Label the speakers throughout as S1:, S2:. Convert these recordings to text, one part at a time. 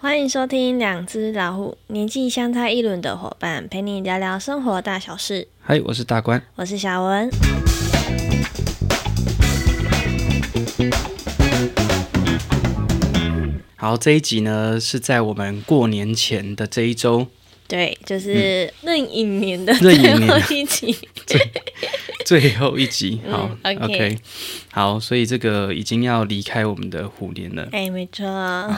S1: 欢迎收听《两只老虎》，年纪相差一轮的伙伴陪你聊聊生活大小事。
S2: 嗨，我是大官。
S1: 我是小文。
S2: 好，这一集呢是在我们过年前的这一周，
S1: 对，就是闰一年的
S2: 闰一
S1: 最
S2: 嗯年
S1: 后一 集。
S2: 最后一集。好、
S1: 嗯
S2: o
S1: ，OK
S2: k 好，所以这个已经要离开我们的虎年了。
S1: 哎、没错，
S2: 哦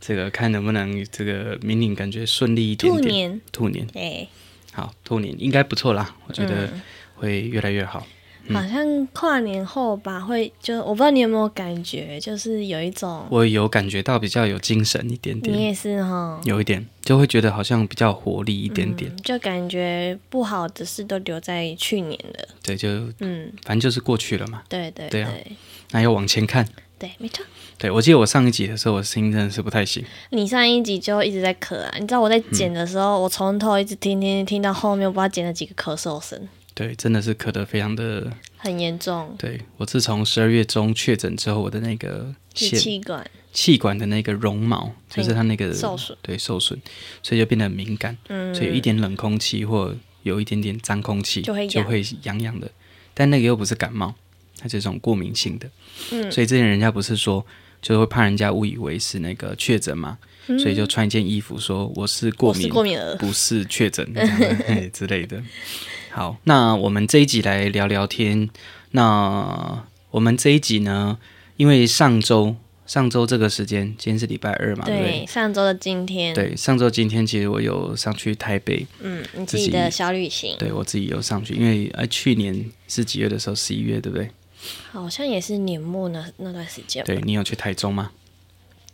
S2: 这个看能不能这个明年感觉顺利一点
S1: 兔
S2: 点。
S1: 年。
S2: 兔年，
S1: 对，
S2: 好，兔年应该不错啦，我觉得
S1: 嗯
S2: 会越来越好。
S1: 好像跨年后吧，会就我不知道你有没有感觉，就是有一种
S2: 我有感觉到比较有精神一点
S1: 你
S2: 点，
S1: 也是哈，
S2: 有一点就会觉得好像比较有活力一点点。
S1: 嗯就感觉不好的事都留在去年了。
S2: 对，就
S1: 嗯，
S2: 反正就是过去了嘛，
S1: 对对
S2: 对啊
S1: 对
S2: 那要往前看。
S1: 对没错。
S2: 对，我记得我上一集的时候，我声音真的是不太行。
S1: 你上一集就一直在咳啊，你知道我在剪的时候，我从头一直听听听到后面，我不知道剪了几个咳嗽声，
S2: 对，真的是咳得非常的。
S1: 很严重，
S2: 对我自从十二月中确诊之后，我的那个
S1: 支
S2: 线
S1: 气管
S2: 气管的那个绒毛，就是它那个
S1: 受损，
S2: 对受损，所以就变得很敏感。
S1: 嗯
S2: 所以有一点冷空气或有一点点脏空气
S1: 就会
S2: 就
S1: 痒
S2: 会痒痒的，但那个又不是感冒，它就是这种过敏性的。
S1: 嗯
S2: 所以之前人家不是说，就会怕人家误以为是那个确诊嘛，所以就穿一件衣服说我是过
S1: 嗯我
S2: 敏，
S1: 是过 敏儿，
S2: 不是确诊嘿之 类的。好，那我们这一集来聊聊天。那我们这一集呢，因为上周上周这个时间，今天是礼拜二嘛，对不
S1: 对，
S2: 啊对？
S1: 上周的今天，
S2: 对，上周今天其实我有上去台北，
S1: 嗯，你自
S2: 自
S1: 己
S2: 己
S1: 的小旅行，
S2: 对我自己有上去，因为呃去年是几月的时候，十一月对不对？
S1: 好像也是年末那那段时间吧，
S2: 对你有去台中吗？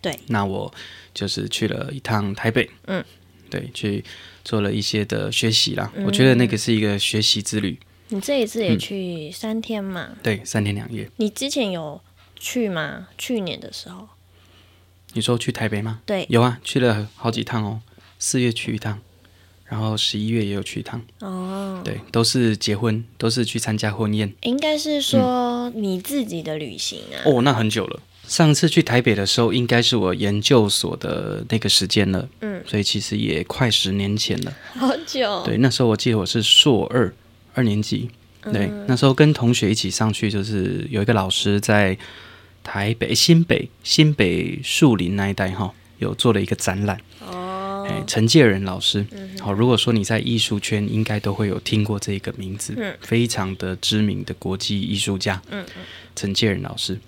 S1: 对，
S2: 那我就是去了一趟台北，
S1: 嗯，
S2: 对，去做了一些的学习啦。我觉得那个是一个学习之旅，
S1: 你这一
S2: 嗯
S1: 次也去三天嘛？
S2: 对，三天两夜。
S1: 你之前有去吗？去年的时候，
S2: 你说去台北吗？
S1: 对，
S2: 有啊，去了好几趟哦。四月去一趟，然后十一月也有去一趟，
S1: 哦，
S2: 对，都是结婚，都是去参加婚宴。
S1: 应该是说你自己的旅行啊，
S2: 嗯哦，那很久了。上次去台北的时候，应该是我研究所的那个时间了，
S1: 嗯，
S2: 所以其实也快十年前了。
S1: 好久，
S2: 对，那时候我记得我是硕二二年级，对，那时候跟同学一起上去，就是有一个老师在台北新北新北树林那一带哈，有做了一个展览。
S1: 哦，嗯
S2: 哎，陈介仁老师，好，如果说你在艺术圈，应该都会有听过这个名字，
S1: 嗯
S2: 非常的知名的国际艺术家，
S1: 嗯
S2: 陈介仁老师。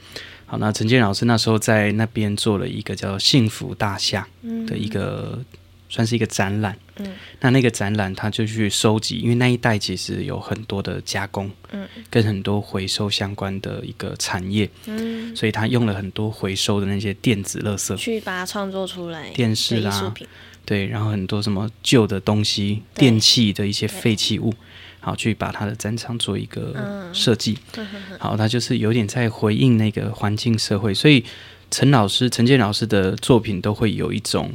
S2: 好，那陈介仁老师那时候在那边做了一个叫“幸福大厦”的一个，算是一个展览。
S1: 嗯
S2: 那那个展览他就去收集，因为那一带其实有很多的加工，
S1: 嗯
S2: 跟很多回收相关的一个产业，
S1: 嗯。
S2: 所以他用了很多回收的那些电子垃圾，
S1: 去把它创作出来，
S2: 电视啊
S1: 的
S2: 啦
S1: 艺术品，
S2: 对，然后很多什么旧的东西、
S1: 对
S2: 电器的一些废弃物，好去把它的展场做一个
S1: 嗯
S2: 设计。好，它就是有点在回应那个环境社会，所以陈老师、陈建老师的作品都会有一种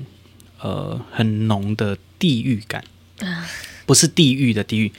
S2: 呃很浓的地域感，
S1: 啊
S2: 不是地域的地域，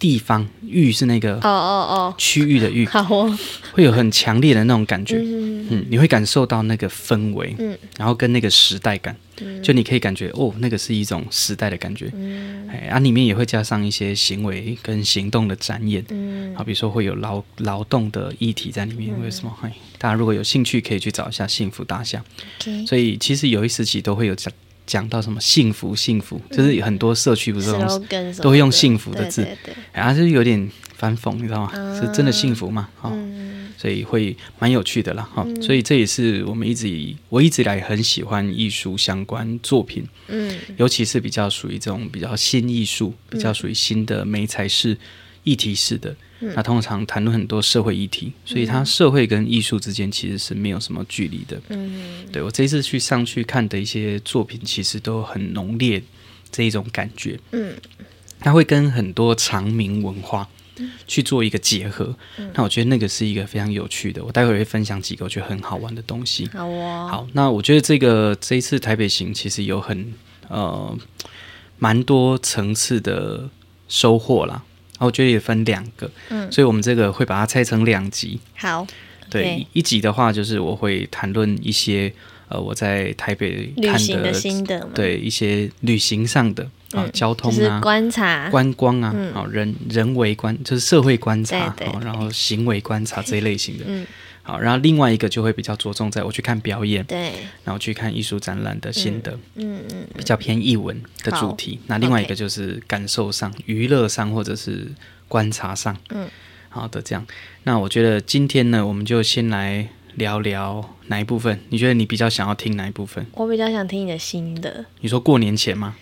S2: 地方域是那个
S1: 哦哦
S2: 区域的域
S1: 哦，，好哦，
S2: 会有很强烈的那种感觉。
S1: 嗯，
S2: 嗯，你会感受到那个氛围，
S1: 嗯
S2: 然后跟那个时代感，就你可以感觉哦，那个是一种时代的感觉，
S1: 嗯
S2: 哎，啊，里面也会加上一些行为跟行动的展演，
S1: 嗯，
S2: 好，比如说会有劳劳动的议题在里面，会有什么？哎，大家如果有兴趣，可以去找一下《幸福大象》。
S1: OK，
S2: 所以其实有一时期都会有讲讲到什么幸福，幸福，就是很多社区不是都用
S1: 嗯 slogan 什么
S2: 都会用
S1: 的
S2: 幸福的字
S1: 对对对，
S2: 哎啊，就是有点反讽，你知道吗？
S1: 啊
S2: 是真的幸福吗？哦，
S1: 嗯
S2: 所以会蛮有趣的啦，哈、所以这也是我们一直以我一直以来很喜欢艺术相关作品，
S1: 嗯
S2: 尤其是比较属于这种比较新艺术，比较属于新的媒材式、议题式的。
S1: 嗯
S2: 那通常谈论很多社会议题，所以它社会跟艺术之间其实是没有什么距离的。
S1: 嗯
S2: 对我这一次去上去看的一些作品，其实都很浓烈这一种感觉。
S1: 嗯，
S2: 它会跟很多长明文化
S1: 嗯
S2: 去做一个结合。那我觉得那个是一个非常有趣的，我待会儿会分享几个我觉得很好玩的东西。
S1: 好哦，
S2: 好，那我觉得这个这一次台北行其实有很呃蛮多层次的收获啦。啊，我觉得也分两个，
S1: 嗯
S2: 所以我们这个会把它拆成两集。
S1: 好，
S2: 对
S1: OK
S2: 一集的话就是我会谈论一些呃我在台北
S1: 旅
S2: 看
S1: 行
S2: 的
S1: 的心得嘛，，
S2: 对一些旅行上的啊、
S1: 嗯
S2: 交
S1: 就
S2: 通
S1: 是
S2: 啊、
S1: 观察，
S2: 观光啊，
S1: 嗯
S2: 好、人人为观就是社会观察，
S1: 对对
S2: 好
S1: 对
S2: 然后行为观察 这一类型的。
S1: 嗯，
S2: 好，然后另外一个就会比较着重在我去看表演，
S1: 对，
S2: 然后去看艺术展览的心得，
S1: 嗯嗯
S2: 比较偏艺文的主题。那另外一个
S1: OK
S2: 就是感受上、娱乐上或者是观察上，
S1: 嗯，
S2: 好的这样。那我觉得今天呢，我们就先来聊聊哪一部分？你觉得你比较想要听哪一部分？
S1: 我比较想听你的心得，
S2: 你说过年前吗？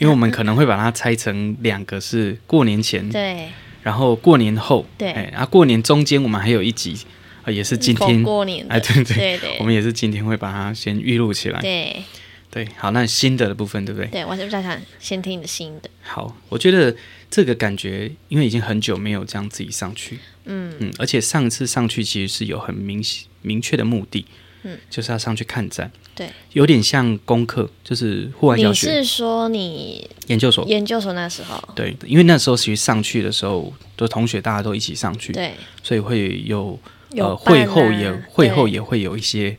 S2: 因为我们可能会把它拆成两个，是过年前，
S1: 对，
S2: 然后过年后，
S1: 对
S2: 哎，啊，过年中间我们还有一集，呃、也是今天
S1: 逢，过年的，
S2: 哎，对对
S1: 对
S2: 我
S1: 对
S2: 们也是今天会把它先预录起来，
S1: 对
S2: 对，好，那心得的部分，对不对？
S1: 对，我是比较想先听你的心得，
S2: 好，我觉得这个感觉，因为已经很久没有这样自己上去，
S1: 嗯
S2: 嗯，而且上次上去其实是有很明显明确的目的，
S1: 嗯，
S2: 就是要上去看展，
S1: 对，
S2: 有点像功课，就是户外教
S1: 你
S2: 学
S1: 是说你
S2: 研究所。
S1: 研究所那时候，
S2: 对，因为那时候其实上去的时候，就同学大家都一起上去，
S1: 对，
S2: 所以会有呃
S1: 有
S2: 会
S1: 伴啊
S2: 后也会后
S1: 对嗯
S2: 也会有一些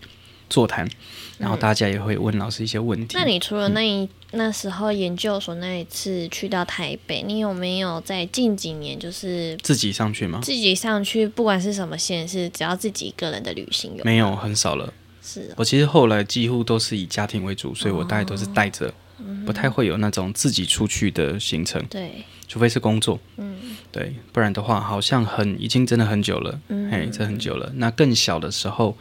S2: 座谈，然后大家也会问老师一些问题。
S1: 那你除了那一那时候研究所那一次去到台北，你有没有在近几年就是
S2: 自己上去吗？
S1: 自己上去，不管是什么县市，只要自己一个人的旅行有
S2: 没有，很少了。
S1: 是哦
S2: 我其实后来几乎都是以家庭为主，所以我大概都
S1: 哦
S2: 是带着，
S1: 嗯
S2: 不太会有那种自己出去的行程，
S1: 对，
S2: 除非是工作。
S1: 嗯
S2: 对，不然的话好像很已经真的很久了，
S1: 嗯
S2: 嘿，这很久了。那更小的时候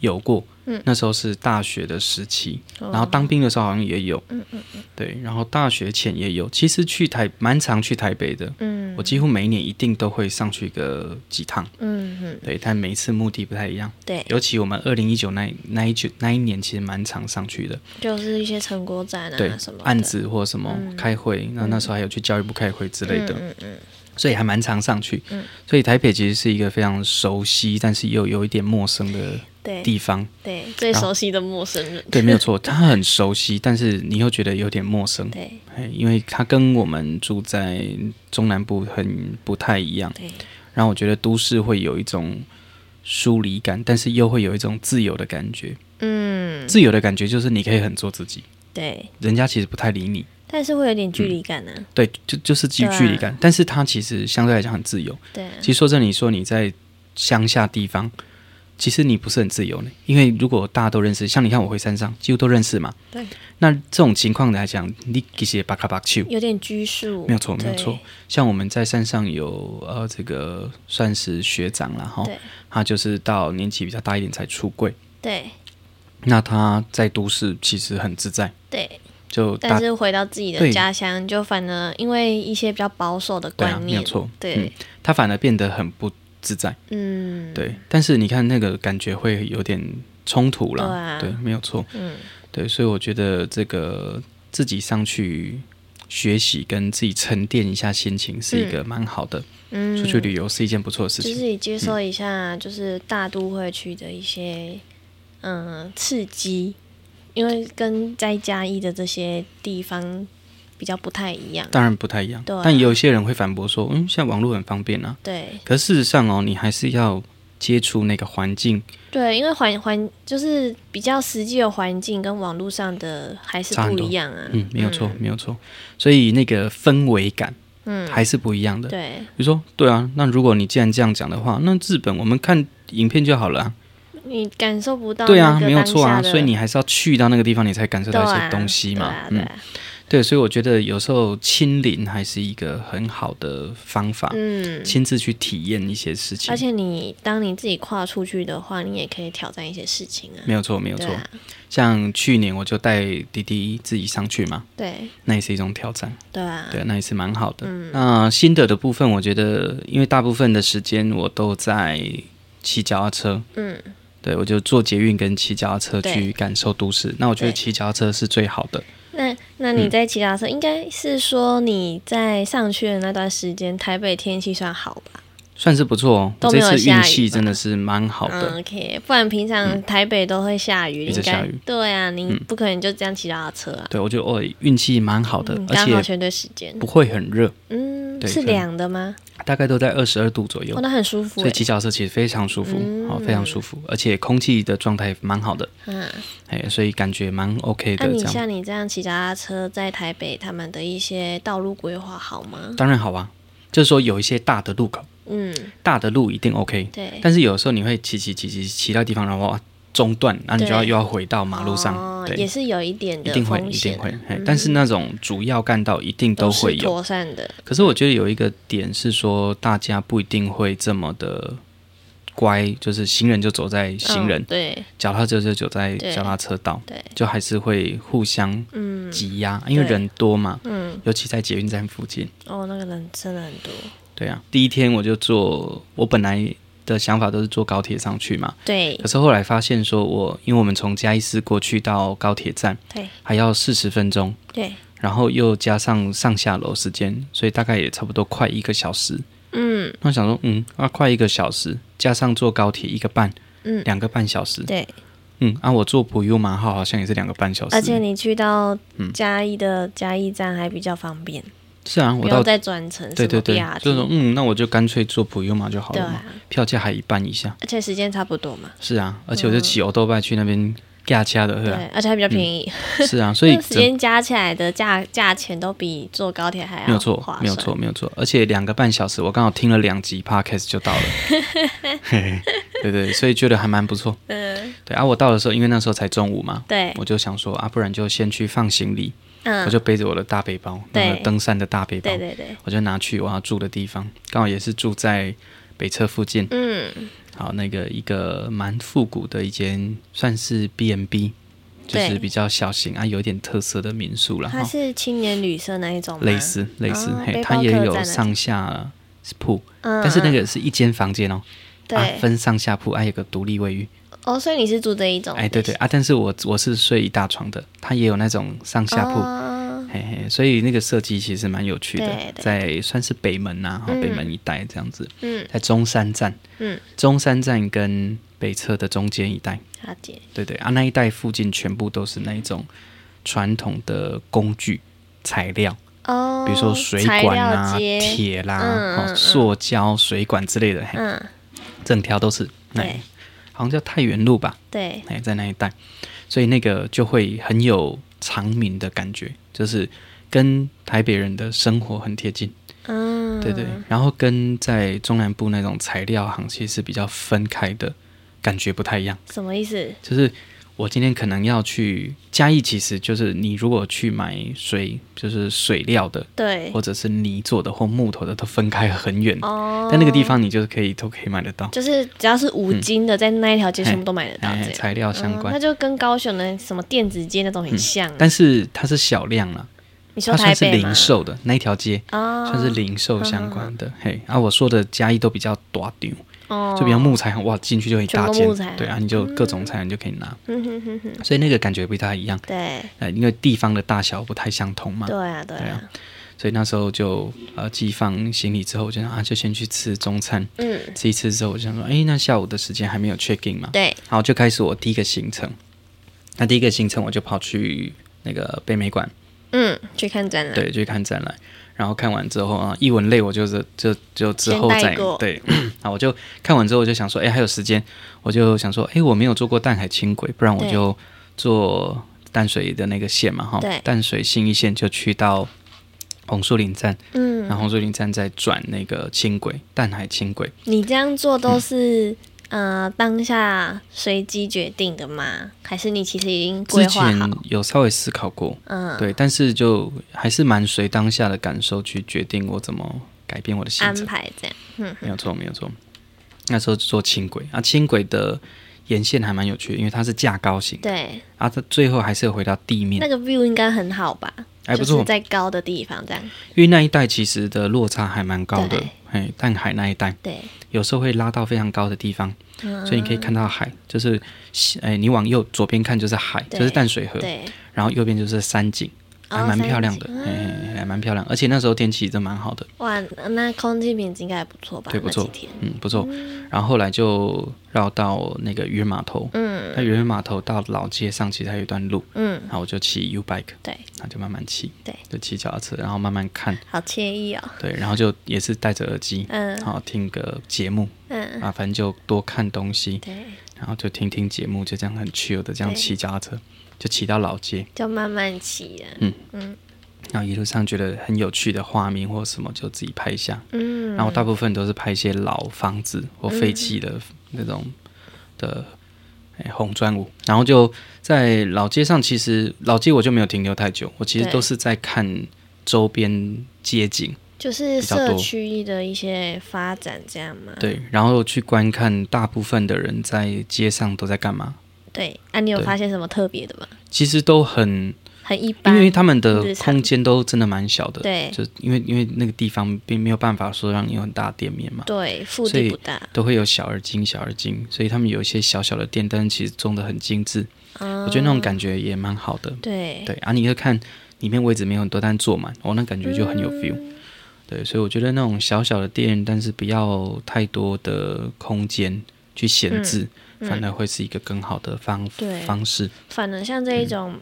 S2: 有过，
S1: 嗯
S2: 那时候是大学的时期，
S1: 哦
S2: 然后当兵的时候好像也有，
S1: 嗯嗯
S2: 对，然后大学前也有。其实去台蛮常去台北的，
S1: 嗯
S2: 我几乎每一年一定都会上去个几趟，
S1: 嗯嗯，
S2: 对，但每一次目的不太一样。
S1: 对，
S2: 尤其我们二零一九那那一九那一年，其实蛮常上去的，
S1: 就是一些成果展
S2: 对
S1: 啊什么，的
S2: 案子或什么开会，那那时候还有去教育部开会之类的，
S1: 嗯嗯
S2: 所以还蛮常上去
S1: 嗯。
S2: 所以台北其实是一个非常熟悉，但是又有一点陌生的
S1: 对
S2: 地方。
S1: 对，最
S2: 然后嗯
S1: 熟悉的陌生人，
S2: 对，没有错， 它很熟悉，但是你又觉得有点陌生，
S1: 对
S2: 哎因为它跟我们住在中南部很不太一样。
S1: 对
S2: 然后我觉得都市会有一种疏离感，但是又会有一种自由的感觉。
S1: 嗯
S2: 自由的感觉就是你可以很做自己，
S1: 对，
S2: 人家其实不太理你。
S1: 但是会有点距离感啊呢，
S2: 对，就就是距
S1: 对啊
S2: 距离感，但是它其实相对来讲很自由。
S1: 对啊
S2: 其实说真的，你说你在乡下地方，其实你不是很自由呢，因为如果大家都认识，像你看我回山上，几乎都认识嘛。
S1: 对。
S2: 那这种情况来讲，你其实也巴卡巴丘，
S1: 有点拘束，
S2: 没有错，没有
S1: 对
S2: 错。像我们在山上有呃这个算是学长啦，哈
S1: 对，
S2: 他就是到年纪比较大一点才出柜。
S1: 对
S2: 那他在都市其实很自在，
S1: 对，
S2: 就大
S1: 但是回到自己
S2: 对
S1: 的家乡，就反而因为一些比较保守的
S2: 对啊，
S1: 观
S2: 没有
S1: 念，
S2: 错，嗯
S1: 对，
S2: 他反而变得很不自在。
S1: 嗯，
S2: 对，但是你看那个感觉会有点冲突啦，
S1: 对啊
S2: 没有错，
S1: 嗯，
S2: 对，所以我觉得这个自己上去学习跟自己沉淀一下心情是一个蛮好的，
S1: 嗯，
S2: 出去旅游是一件不错的事
S1: 就
S2: 情，嗯
S1: 是你接受一下，就是大都会区的一些嗯刺激，因为跟在嘉义的这些地方比较不太一样，
S2: 当然不太一样，
S1: 对啊
S2: 但也有一些人会反驳说，嗯，现在网络很方便啊，
S1: 对
S2: 可事实上哦，你还是要接触那个环境，
S1: 对，因为环环就是比较实际的环境跟网络上的还是
S2: 差很
S1: 不
S2: 多
S1: 一样啊，
S2: 嗯，没有错，没有错，所以那个氛围感
S1: 嗯，
S2: 还是不一样的，
S1: 对，
S2: 比如说，对啊，那如果你既然这样讲的话，那日本我们看影片就好了、啊。
S1: 你感受不到
S2: 对啊
S1: 那，个
S2: 没有
S1: 当
S2: 错啊，
S1: 下的
S2: 所以你还是要去到那个地方，你才感受
S1: 对
S2: 到一
S1: 啊
S2: 些东西
S1: 对
S2: 嘛。
S1: 啊对
S2: 嗯，
S1: 啊
S2: 对，所以我觉得有时候亲临还是一个很好的方法，
S1: 嗯，
S2: 亲自去体验一些事情
S1: 而。且你当你自己跨出去的话，你也可以挑战一些事情啊。
S2: 没有错，没有错。
S1: 对啊，
S2: 像去年我就带弟弟自己上去嘛，
S1: 对
S2: 那也是一种挑战。
S1: 对啊，
S2: 对，那也是蛮好的。
S1: 嗯
S2: 那心得的部分，我觉得因为大部分的时间我都在骑脚踏车，
S1: 嗯，
S2: 对我就坐捷运跟骑脚踏车
S1: 对
S2: 去感受都市。那我觉得
S1: 对
S2: 骑脚踏车是最好的。
S1: 那那
S2: 嗯
S1: 你在骑脚踏车，应该是说你在上去的那段时间，台北天气算好吧？
S2: 算是不错哦，我
S1: 都没
S2: 这
S1: 有
S2: 次
S1: 下
S2: 运
S1: 雨
S2: 气
S1: 吧
S2: 真的是蛮好的。嗯
S1: 嗯，OK，不然平常台北都会下雨，
S2: 一直
S1: 应
S2: 下
S1: 该
S2: 雨嗯
S1: 对啊，你不可能就这样骑脚踏车啊，
S2: 对，我觉得哦，运气蛮好的，
S1: 嗯
S2: 而
S1: 刚好
S2: 且
S1: 全对时间
S2: 不，会很热。
S1: 嗯，
S2: 对
S1: 是
S2: 可能
S1: 凉的吗？
S2: 大概都在二十二度左右
S1: 哦，，嗯那很舒服
S2: 所以
S1: 哎、
S2: 骑脚车其实非常舒服，哦，非常舒服，而且空气的状态蛮好的，
S1: 嗯，
S2: 哎，所以感觉蛮 OK
S1: 那、
S2: 的
S1: 啊你
S2: 这样。
S1: 像你这样骑脚踏车在台北，他们的一些道路规划好吗？
S2: 当然好啊，就是说有一些大的路口，
S1: 嗯，
S2: 大的路一定 OK，
S1: 对，
S2: 但是有时候你会骑骑骑骑骑到地方，然后哇中断，然后你就要
S1: 对
S2: 又要回到马路上，
S1: 哦、
S2: 对，
S1: 也是有一点
S2: 一
S1: 的
S2: 定会
S1: 风
S2: 一定
S1: 险啊、
S2: 会，哎，但是那种主要干道一定都会
S1: 是
S2: 有。
S1: 妥善的，
S2: 可是我觉得有一个点是说，大家不一定会这么的乖，就是行人就走在行人
S1: 嗯，对
S2: 脚踏车就走在
S1: 对
S2: 脚踏车道，
S1: 对，
S2: 就还是会互相
S1: 嗯
S2: 挤压，因为
S1: 对
S2: 人多嘛，
S1: 嗯，
S2: 尤其在捷运站附近。
S1: 哦，那个人真的很多，
S2: 对啊，第一天我就坐，我本来的想法都是坐高铁上去嘛，
S1: 对
S2: 可是后来发现说我，因为我们从嘉义市过去到高铁站
S1: 对
S2: 还要四十分钟，
S1: 对，
S2: 然后又加上上下楼时间，所以大概也差不多快一个小时。
S1: 嗯
S2: 那我想说，嗯，啊，快一个小时，加上坐高铁一个半，
S1: 嗯，
S2: 两个半小时。
S1: 对，
S2: 嗯，啊，我坐普悠马号好像也是两个半小时。
S1: 而且你去到嘉义的嘉义站还比较方便，
S2: 是啊，
S1: 不
S2: 我
S1: 用
S2: 到
S1: 再转乘什
S2: 对
S1: 么
S2: 对哦对
S1: BRT，，
S2: 就是说，嗯，那我就干脆坐普悠马就好
S1: 对
S2: 了嘛，
S1: 啊，
S2: 票价还一半以下。
S1: 而且时间差不多嘛，
S2: 是啊，而且我就骑欧豆拜去那边架掐的，是
S1: 对，
S2: 啊，
S1: 而且还比较便宜，
S2: 是啊，所
S1: 那
S2: 以
S1: 个 时
S2: 整
S1: 间加起来的价价钱都比坐高铁还要
S2: 没有错
S1: 划，算
S2: 没有错，，没有错。而且两个半小时，我刚好听了两集 podcast 就到 了，嘿嘿对对，所以觉得还蛮不错。
S1: 嗯，
S2: 对啊，我到的时候，因为那时候才中午嘛，
S1: 对，
S2: 我就想说啊，不然就先去放行李，我
S1: 嗯，
S2: 就背着我的大背包，那个
S1: 对
S2: 登山的大背包
S1: 对，对对，
S2: 我就拿去我要住的地方，刚好也是住在北侧附近，
S1: 嗯，
S2: 好那个一个蛮复古的一间，算是 B n B，就
S1: 对
S2: 是比较小型啊，有一点特色的民宿了哈。
S1: 它是青年旅社那一种吗
S2: 类，似类似，
S1: 哦
S2: 嘿，
S1: 背
S2: 它
S1: 包
S2: 也
S1: 客
S2: 有
S1: 栈那
S2: 上下铺，
S1: 嗯，
S2: 但是那
S1: 嗯
S2: 个是一间房间哦，啊
S1: 对，
S2: 分上下铺，还、有个独立卫浴，
S1: 哦，所以你是住这一种，
S2: 哎，对对啊，但是我我是睡一大床的，它也有那种上下铺，
S1: 哦
S2: 嘿嘿，所以那个设计其实蛮有趣的，
S1: 对对
S2: 在算是北门呐、哈
S1: 嗯
S2: 北门一带这样子，
S1: 嗯
S2: 在中山站，
S1: 嗯，
S2: 中山站跟北侧的中间一带，
S1: 阿姐，
S2: 对对啊，那一带附近全部都是那一种传统的工具材料。
S1: 哦，
S2: 比如说水管啊、
S1: 材料街
S2: 铁啦、
S1: 嗯
S2: 哦
S1: 嗯嗯
S2: 塑胶水管之类的，嘿
S1: 嗯，
S2: 整条都是。哎
S1: 对，
S2: 好像叫太原路吧？
S1: 对，
S2: 哎，在那一带，所以那个就会很有长明的感觉，就是跟台北人的生活很贴近，
S1: 嗯，
S2: 对对。然后跟在中南部那种材料行其实是比较分开的，感觉不太一样。
S1: 什么意思？
S2: 就是我今天可能要去嘉义，其实就是你如果去买水，就是水料的，
S1: 对，
S2: 或者是泥做的或木头的都分开很远，
S1: 哦，
S2: 但那个地方你就是可以都可以买得到，
S1: 就是只要是五金的，在那一条街
S2: 嘿
S1: 全部都买得到，
S2: 哎
S1: 这，样
S2: 材料相
S1: 嗯那
S2: 关，嗯
S1: 就跟高雄的什么电子街那种很像啊。
S2: 但是它是小量啦，
S1: 你说
S2: 它算
S1: 台
S2: 是
S1: 北吗
S2: 零售的那一条街。
S1: 哦，
S2: 算是零售相关的，嘿，啊，我说的嘉义都比较大丢，
S1: 哦，
S2: 就比较木材行，哇，进去就一大
S1: 全部
S2: 间
S1: 木材，行嗯
S2: 对啊，你就各种材料你就可以拿，
S1: 哼哼哼哼，
S2: 所以那个感觉不太一样，
S1: 对
S2: 呃，因为地方的大小不太相同嘛
S1: 对，啊对
S2: 对
S1: 啊
S2: 啊，所以那时候就呃寄放行李之后，我就想啊，就先去吃中餐，
S1: 嗯
S2: 吃一吃之后，我就想说，哎、那下午的时间还没有 check in 嘛，
S1: 对，
S2: 好，就开始我第一个行程。那第一个行程我就跑去那个北美馆，
S1: 嗯，去看展览，
S2: 对，去看展览。然后看完之后啊，译文类我就是就就之后
S1: 先
S2: 再
S1: 带过
S2: 对， 啊，我就看完之后我就想说，哎，还有时间，我就想说，哎，我没有坐过淡海轻轨，不然我
S1: 对
S2: 就坐淡水的那个线嘛，哈
S1: 对，
S2: 淡水信义线就去到红树林站，
S1: 嗯，
S2: 然后红树林站再转那个轻轨，淡海轻轨。
S1: 你这样做
S2: 嗯
S1: 都是呃当下随机决定的吗？还是你其实已经规
S2: 之
S1: 划好
S2: 前？有稍微思考过，
S1: 嗯，
S2: 对，但是就还是蛮随当下的感受去决定我怎么改变我的行
S1: 安
S2: 程。
S1: 排这样，嗯
S2: 没有错，没有错。那时候坐轻轨啊，轻轨的沿线还蛮有趣的，因为它是架高型
S1: 对，
S2: 啊，它最后还是有回到地面
S1: 那，个 view 应该很好吧？
S2: 嗯还不
S1: 就
S2: 错
S1: 是。在高的地方这样，
S2: 因为那一带其实的落差还蛮高的
S1: 对，
S2: 哎，淡海那一带
S1: 对，
S2: 有时候会拉到非常高的地方，
S1: 嗯
S2: 所以你可以看到海，就是西哎，你往右左边看就是海，
S1: 对
S2: 就是淡水河，
S1: 对，
S2: 然后右边就是山景，还
S1: 哦
S2: 蛮
S1: 山
S2: 漂亮的，
S1: 景
S2: 哎，还来蛮漂亮，而且那时候天气真蛮好的，
S1: 哇，那空气品质应该还不错吧？
S2: 对，不错
S1: 啊那几天，
S2: 嗯，不错。然后后来就绕到那个渔人码头，
S1: 嗯
S2: 那渔人码头到老街上其实还有一段路，
S1: 嗯，
S2: 然后我就骑 U bike，
S1: 对
S2: 然后就慢慢骑，
S1: 对，
S2: 就骑脚踏车，然后慢慢看，
S1: 好惬意哦。
S2: 对，然后就也是戴着耳机，
S1: 嗯
S2: 然后听个节目，
S1: 嗯，
S2: 啊，反正就多看东西，
S1: 对，
S2: 然后就听听节目，就这样很 chill 的这样
S1: 对
S2: 骑脚踏车，就骑到老街，
S1: 就慢慢骑的。
S2: 嗯
S1: 嗯
S2: 然后一路上觉得很有趣的画面或什么，就自己拍一下。
S1: 嗯，
S2: 然后大部分都是拍一些老房子或废弃的那
S1: 嗯
S2: 种的、哎红砖屋，然后就在老街上，其实老街我就没有停留太久，我其实
S1: 对
S2: 都是在看周边街景，
S1: 嗯就是
S2: 比较多
S1: 社区的一些发展这样嘛。
S2: 对，然后去观看大部分的人在街上都在干嘛，
S1: 对，啊，你有
S2: 对
S1: 发现什么特别的吗？
S2: 其实都很，
S1: 很一般，
S2: 因为他们的
S1: 日常
S2: 空间都真的蛮小的，
S1: 对
S2: 就因为因为那个地方并没有办法说让你有很大的店面嘛，
S1: 对腹
S2: 所以
S1: 地不大，
S2: 都会有小而精小而精，所以他们有一些小小的店，但是其实种的很精致。
S1: 我
S2: 我觉得那种感觉也蛮好的。
S1: 嗯对
S2: 对啊，你就看里面位置没有很多，但坐满，哦，那感觉就很有 feel。对，所以我觉得那种小小的店，但是不要太多的空间去闲置，反而会是一个更好的方
S1: 对
S2: 方式。
S1: 反正像这一种、呃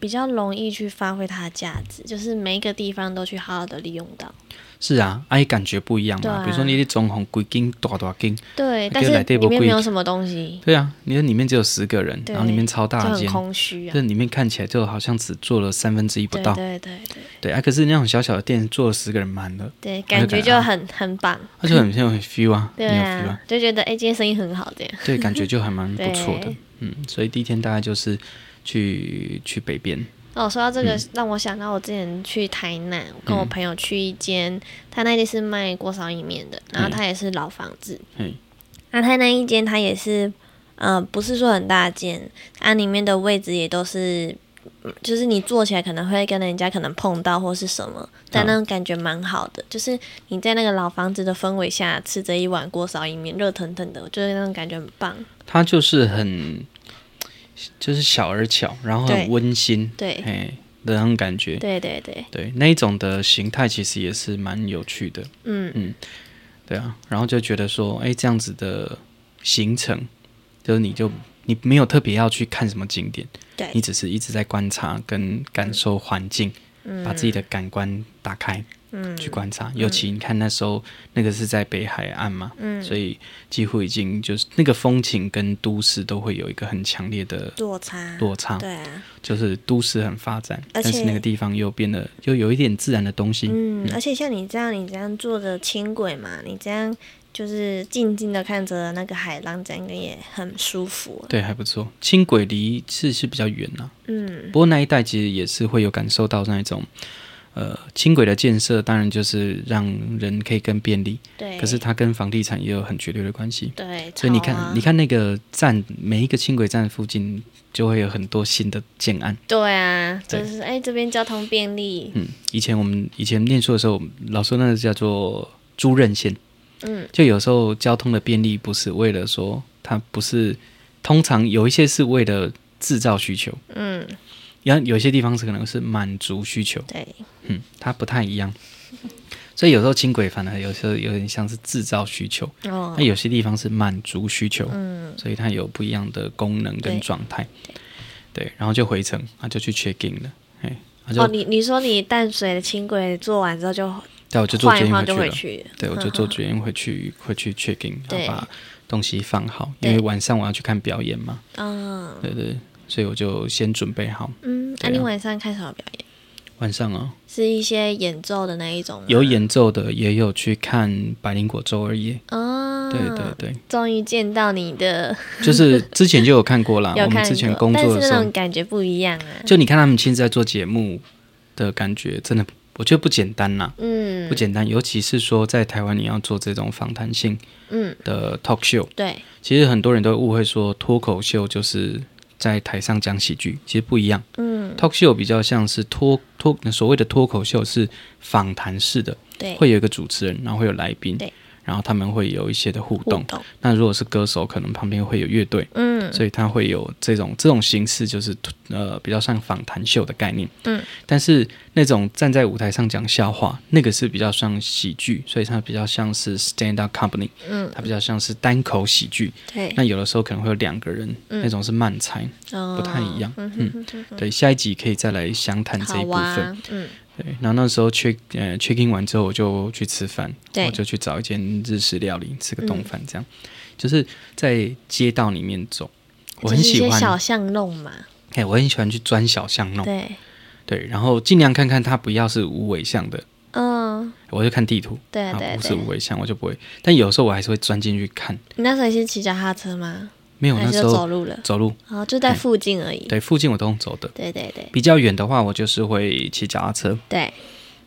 S1: 比较容易去发挥它的价值，就是每一个地方都去好好的利用到。
S2: 是啊，哎、感觉不一样
S1: 对
S2: 嘛。
S1: 啊
S2: 比如说你的中红鬼金大大金，
S1: 对，
S2: 那
S1: 但
S2: 个
S1: 是
S2: 来得不
S1: 里面
S2: 贵
S1: 没有什么东西，
S2: 对啊，你的里面只有十个人，
S1: 对
S2: 然后里面超
S1: 就
S2: 大
S1: 很
S2: 间，
S1: 空虚啊
S2: 这。里面看起来就好像只做了三分之一不
S1: 对
S2: 到。
S1: 对对对
S2: 对啊，可是那种小小的店坐了十个人满了，
S1: 对，
S2: 感
S1: 感觉
S2: 觉啊
S1: 就很很棒。
S2: 那就很很有 feel 啊，
S1: 对
S2: 很有 feel 啊
S1: 啊。，就觉得哎、今天生意很好这样。
S2: 对，感觉就还蛮不错的
S1: 对。
S2: 嗯，所以第一天大概就是去去北边，
S1: 哦，说到这
S2: 嗯
S1: 个，让我想到我之前去台南，我跟我朋友去一间，他那间是卖锅烧意面的，然后
S2: 嗯
S1: 他也是老房子，
S2: 嘿，
S1: 那它那一间它也是，呃，不是说很大间，它里面的位置也都是，嗯就是你坐起来可能会跟人家可能碰到或是什么，但那种感觉蛮好的，就是你在那个老房子的氛围下吃着一碗锅烧意面，热腾腾的，我觉得那种感觉很棒。
S2: 它就是很就是小而巧，然后很
S1: 对
S2: 温馨，
S1: 对
S2: 嘿的那种感觉。
S1: 对对对，
S2: 对，那一种的形态其实也是蛮有趣的。
S1: 嗯，
S2: 对啊，然后就觉得说，哎，这样子的行程，就是你就你没有特别要去看什么景点，
S1: 对
S2: 你只是一直在观察跟感受环境，
S1: 嗯
S2: 把自己的感官打开，嗯，去观察。尤其你看那时候那个是在北海岸嘛，嗯，所以几乎已经就是那个风情跟都市都会有一个很强烈的
S1: 落差，
S2: 落差，
S1: 对啊，
S2: 就是都市很发展，
S1: 而
S2: 但是
S1: 且
S2: 那个地方又变得又有一点自然的东西，
S1: 嗯，而且像你这样，你这样坐着轻轨嘛，你这样就是静静的看着那个海浪，这样应该也很舒服。
S2: 对，还不错。轻轨离是是比较远啦、
S1: 嗯，
S2: 不过那一带其实也是会有感受到那一种，呃，轻轨的建设，当然就是让人可以更便利，
S1: 对。
S2: 可是它跟房地产也有很绝对的关系。
S1: 对，
S2: 所以你
S1: 超
S2: 看，
S1: 哎啊
S2: 你看那个站，每一个轻轨站附近就会有很多新的建案。
S1: 对啊，
S2: 对
S1: 就是哎，这边交通便利，
S2: 嗯，以前我们以前念书的时候，老说那个叫做租任线。
S1: 嗯，
S2: 就有时候交通的便利不是为了说它不是，通常有一些是为了制造需求，
S1: 嗯，
S2: 然后有些地方是可能是满足需求。
S1: 对，
S2: 嗯，它不太一样。所以有时候轻轨反而有时候有点像是制造需求，
S1: 哦
S2: 那，有些地方是满足需求，
S1: 嗯，
S2: 所以它有不一样的功能跟
S1: 对
S2: 状态。对，然后就回程，啊，就去 check in 了，哎，啊
S1: 哦，
S2: 就
S1: 你你说你淡水的轻轨坐完之后就
S2: 对，我就坐
S1: 晃
S2: 决
S1: 一
S2: 定
S1: 晃就
S2: 回
S1: 回
S2: 去了。
S1: 去了，
S2: 对，我就坐决定回去，会去 check in，然
S1: 对
S2: 后把东西放好，因为
S1: 对
S2: 晚上我要去看表演嘛。
S1: 嗯
S2: 对对，所以我就先准备好。
S1: 嗯，那
S2: 对啊
S1: 你晚上看什么表演？
S2: 晚上啊、
S1: 是一些演奏的那一种吗？
S2: 有演奏的，也有去看百灵果周而已。
S1: 哦，
S2: 对对对，
S1: 终于见到你的，，
S2: 就是之前就有看过啦啊我
S1: 有
S2: 们
S1: 看
S2: 之前
S1: 过
S2: 工
S1: 但
S2: 作
S1: 是
S2: 的时
S1: 那
S2: 候
S1: 种，感觉不一样啊，
S2: 就你看他们亲自在做节目的感觉，真的我觉得不简单啦，
S1: 嗯
S2: 不简单。尤其是说在台湾，你要做这种访谈性
S1: 嗯，
S2: 的 talk show，
S1: 对，
S2: 其实很多人都误会说脱口秀就是在台上讲喜剧，其实不一样。
S1: 嗯
S2: talk show 比较像是脱脱所谓的脱口秀是访谈式的，
S1: 对，
S2: 会有一个主持人，然后会有来宾
S1: 对，
S2: 然后他们会有一些的互
S1: 互
S2: 动。
S1: 动，
S2: 那如果是歌手，可能旁边会有乐队，
S1: 嗯
S2: 所以它会有这种这种形式，就是呃比较像访谈秀的概念。
S1: 嗯，
S2: 但是那种站在舞台上讲笑话，那个是比较像喜剧，所以它比较像是 stand up company，
S1: 嗯，
S2: 它比较像是单口喜剧。
S1: 对，
S2: 那有的时候可能会有两个人，那种是慢猜，
S1: 不
S2: 不太一样。
S1: 嗯
S2: 嗯，对，下一集可以再来详谈这一
S1: 好
S2: 部分。
S1: 啊，嗯，
S2: 对，然后那时候 check 呃 check in 完之后，我就去吃饭，
S1: 对嗯
S2: 我就去找一间日式料理吃个冻饭，这样、就是在街道里面走。我很
S1: 就是一
S2: 喜
S1: 些
S2: 欢，
S1: 小巷弄嘛，
S2: 哎、我很喜欢去钻小巷弄，
S1: 对，
S2: 对，然后尽量看看它不要是无尾巷的，
S1: 嗯，
S2: 我就看地图，
S1: 对啊
S2: 啊
S1: 对啊
S2: 不是
S1: 对啊
S2: 无尾巷我就不会，但有时候我还是会钻进去看。
S1: 你那时候也是骑脚踏车吗？
S2: 没有，
S1: 还
S2: 那
S1: 是
S2: 时
S1: 就走
S2: 候
S1: 路了？
S2: 走路，
S1: 哦，就在附近而已。
S2: 对，附近我都用走的。
S1: 对对对
S2: 比较远的话，我就是会骑脚踏车，
S1: 对，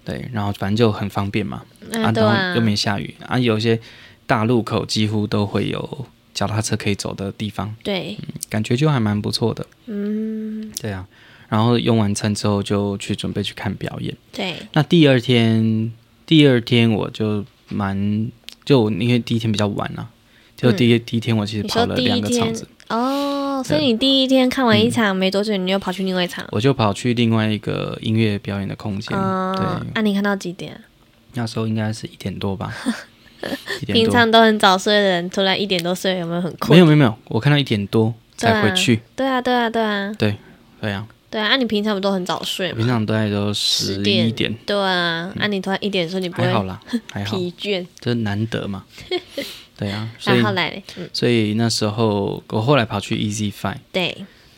S2: 对，然后反正就很方便嘛。
S1: 嗯，对
S2: 然
S1: 啊
S2: 后又，没下雨啊，有一些大路口几乎都会有脚踏车可以走的地方，
S1: 对，
S2: 感觉就还蛮不错的。
S1: 嗯，
S2: 对啊，然后用完餐之后就去准备去看表演。
S1: 对，
S2: 那第二天，第二天我就蛮就因为第一天比较晚啊，就第一、第一天我其实
S1: 嗯你
S2: 跑
S1: 说
S2: 了
S1: 第
S2: 两
S1: 一
S2: 个场
S1: 天
S2: 子，
S1: 哦，所以你第一天看完一场没多久，你又跑去另外一场，
S2: 我就跑去另外一个音乐表演的空间。
S1: 哦
S2: 对，，
S1: 那你看到几点啊？
S2: 那时候应该是一点多 吧，一点
S1: 平
S2: 多。
S1: 常都很早睡的人，突然一点多睡，有没有很
S2: 没
S1: 困？
S2: 有没有没有，我看到一点多才回去。
S1: 对啊，对啊，对啊，
S2: 对啊，
S1: 对啊，啊，你平常不都很早睡
S2: 我
S1: 吗
S2: 平？常大概都十一
S1: 点
S2: 点，嗯
S1: 对啊，啊，你突然一点睡，你不
S2: 还好
S1: 会
S2: 啦，还好，
S1: 疲倦，
S2: 这难 得嘛。对啊，所以
S1: 然后来嘞，嗯，
S2: 所以那时候我后来跑去 Easy Five，
S1: 对，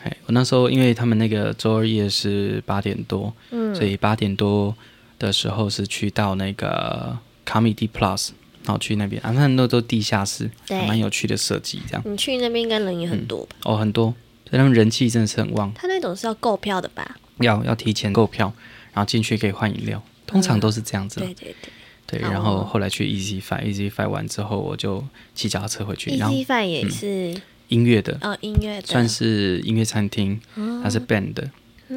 S2: 哎，我那时候因为他们那个周二夜是八点多，
S1: 嗯
S2: 所以八点多的时候是去到那个 Comedy Plus，然后去那边啊，那都都地下室，
S1: 对
S2: 还蛮有趣的设计这样
S1: 你去那边应该人也很多吧？
S2: 哦，很多，所以他们人气真的是很旺，
S1: 他那种是要购票的吧？
S2: 要要提前购票，然后进去可以换饮料，通常都是这样子啦。
S1: 对对嗯对
S2: 对，
S1: 好
S2: 然后
S1: 哦
S2: 后来去 Easy Five，Easy Five 完之后，我就骑脚踏车回去。然后
S1: ，Easy Fan E 也是
S2: 音乐的
S1: 哦，音乐的
S2: 算是音乐餐厅，
S1: 哦
S2: 它是 band 的，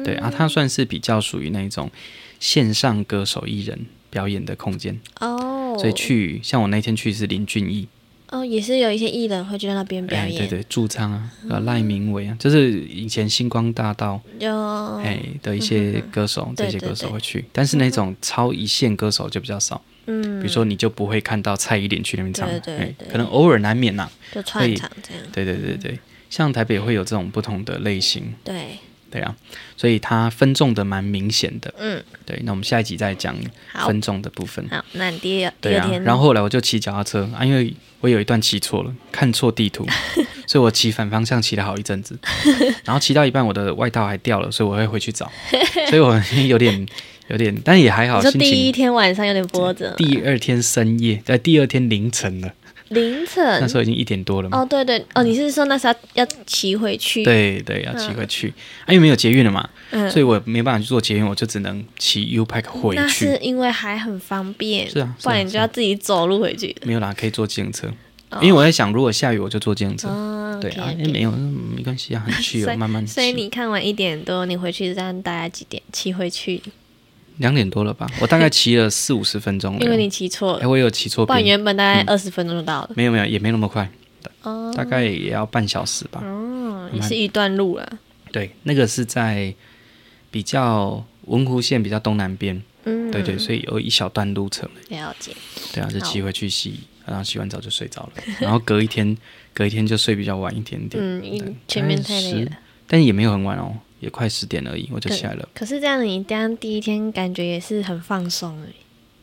S2: 对
S1: 嗯
S2: 啊，它算是比较属于那种线上歌手艺人表演的空间。
S1: 哦，
S2: 所以去像我那天去是林俊逸，
S1: 哦，也是有一些艺人会去那边表
S2: 哎，对
S1: 演，嗯
S2: 对，驻唱啊，呃赖明伟啊，就是以前星光大道
S1: 有
S2: 哎的一些歌手，
S1: 嗯对
S2: 这些
S1: 对
S2: 歌手
S1: 对
S2: 会去，但是那种超一线歌手就比较少，比
S1: 嗯，
S2: 如说你就不会看到蔡依林去那边唱，
S1: 对对
S2: 哎
S1: 对
S2: 可能偶尔难免呐。
S1: 就串场这样，
S2: 对对对对，像台北会有这种不同的类型，
S1: 对，
S2: 对啊，所以它分众的蛮明显的。
S1: 嗯，
S2: 对，那我们下一集再讲
S1: 好
S2: 分众的部分。
S1: 好，那你第二第
S2: 对
S1: 二
S2: 啊
S1: 天，，
S2: 然后后来我就骑脚踏车啊，因为我有一段骑错了，看错地 图，所以我骑反方向骑了好一阵子，然后骑到一半我的外套还掉了，所以我会回去找，所以我 有点有点，但也还好，
S1: 你说
S2: 心
S1: 第一
S2: 情。
S1: 天晚上有点波折，
S2: 第二天深夜，在第二天凌晨了，
S1: 凌
S2: 那
S1: 晨
S2: 时候已经一点多了嘛。
S1: 嗯哦，对对哦，你是说那时候要要骑回去？，
S2: 对对，要骑回去，啊，因为没有捷运了嘛，
S1: 嗯
S2: 所以我没办法去做捷运，我就只能骑 U Pack 回
S1: 那是
S2: 去。
S1: 因为还很方便，
S2: 是啊是啊
S1: 不然你
S2: 是
S1: 就
S2: 啊
S1: 要自己走路回去了。
S2: 没有啦，可以坐自行车，因为我在想，如果下雨我就坐自行车。
S1: 嗯，
S2: 对
S1: 哦
S2: 啊，
S1: OK，OK
S2: 哎没有，嗯没关 系啊，很去
S1: 所
S2: 哦，
S1: 以
S2: 慢慢骑。
S1: 所以你看完一点多，你回去这样大概几点骑回去？
S2: 两点多了吧？我大概骑了四五十分钟了。
S1: 因为你骑错
S2: 哎，
S1: 了，
S2: 我有骑错
S1: 不然你
S2: 边，
S1: 原本大概二十分钟就到了。
S2: 没有没有，也没那么快，
S1: 哦
S2: 大概也要半小时吧。
S1: 哦，
S2: 嗯
S1: 也是一段路了。
S2: 对，那个是在比较文湖线比较东南边，
S1: 嗯，
S2: 对对，所以有一小段路程。
S1: 了解。
S2: 对啊，就骑回去洗，然后洗完澡就睡着了， 然后隔一天，隔一天就睡比较晚一点点，
S1: 嗯，因前面太累了。
S2: 但也没有很晚哦，也快十点而已，我就起来了。
S1: 可是这样你这样第一天感觉也是很放松欸而已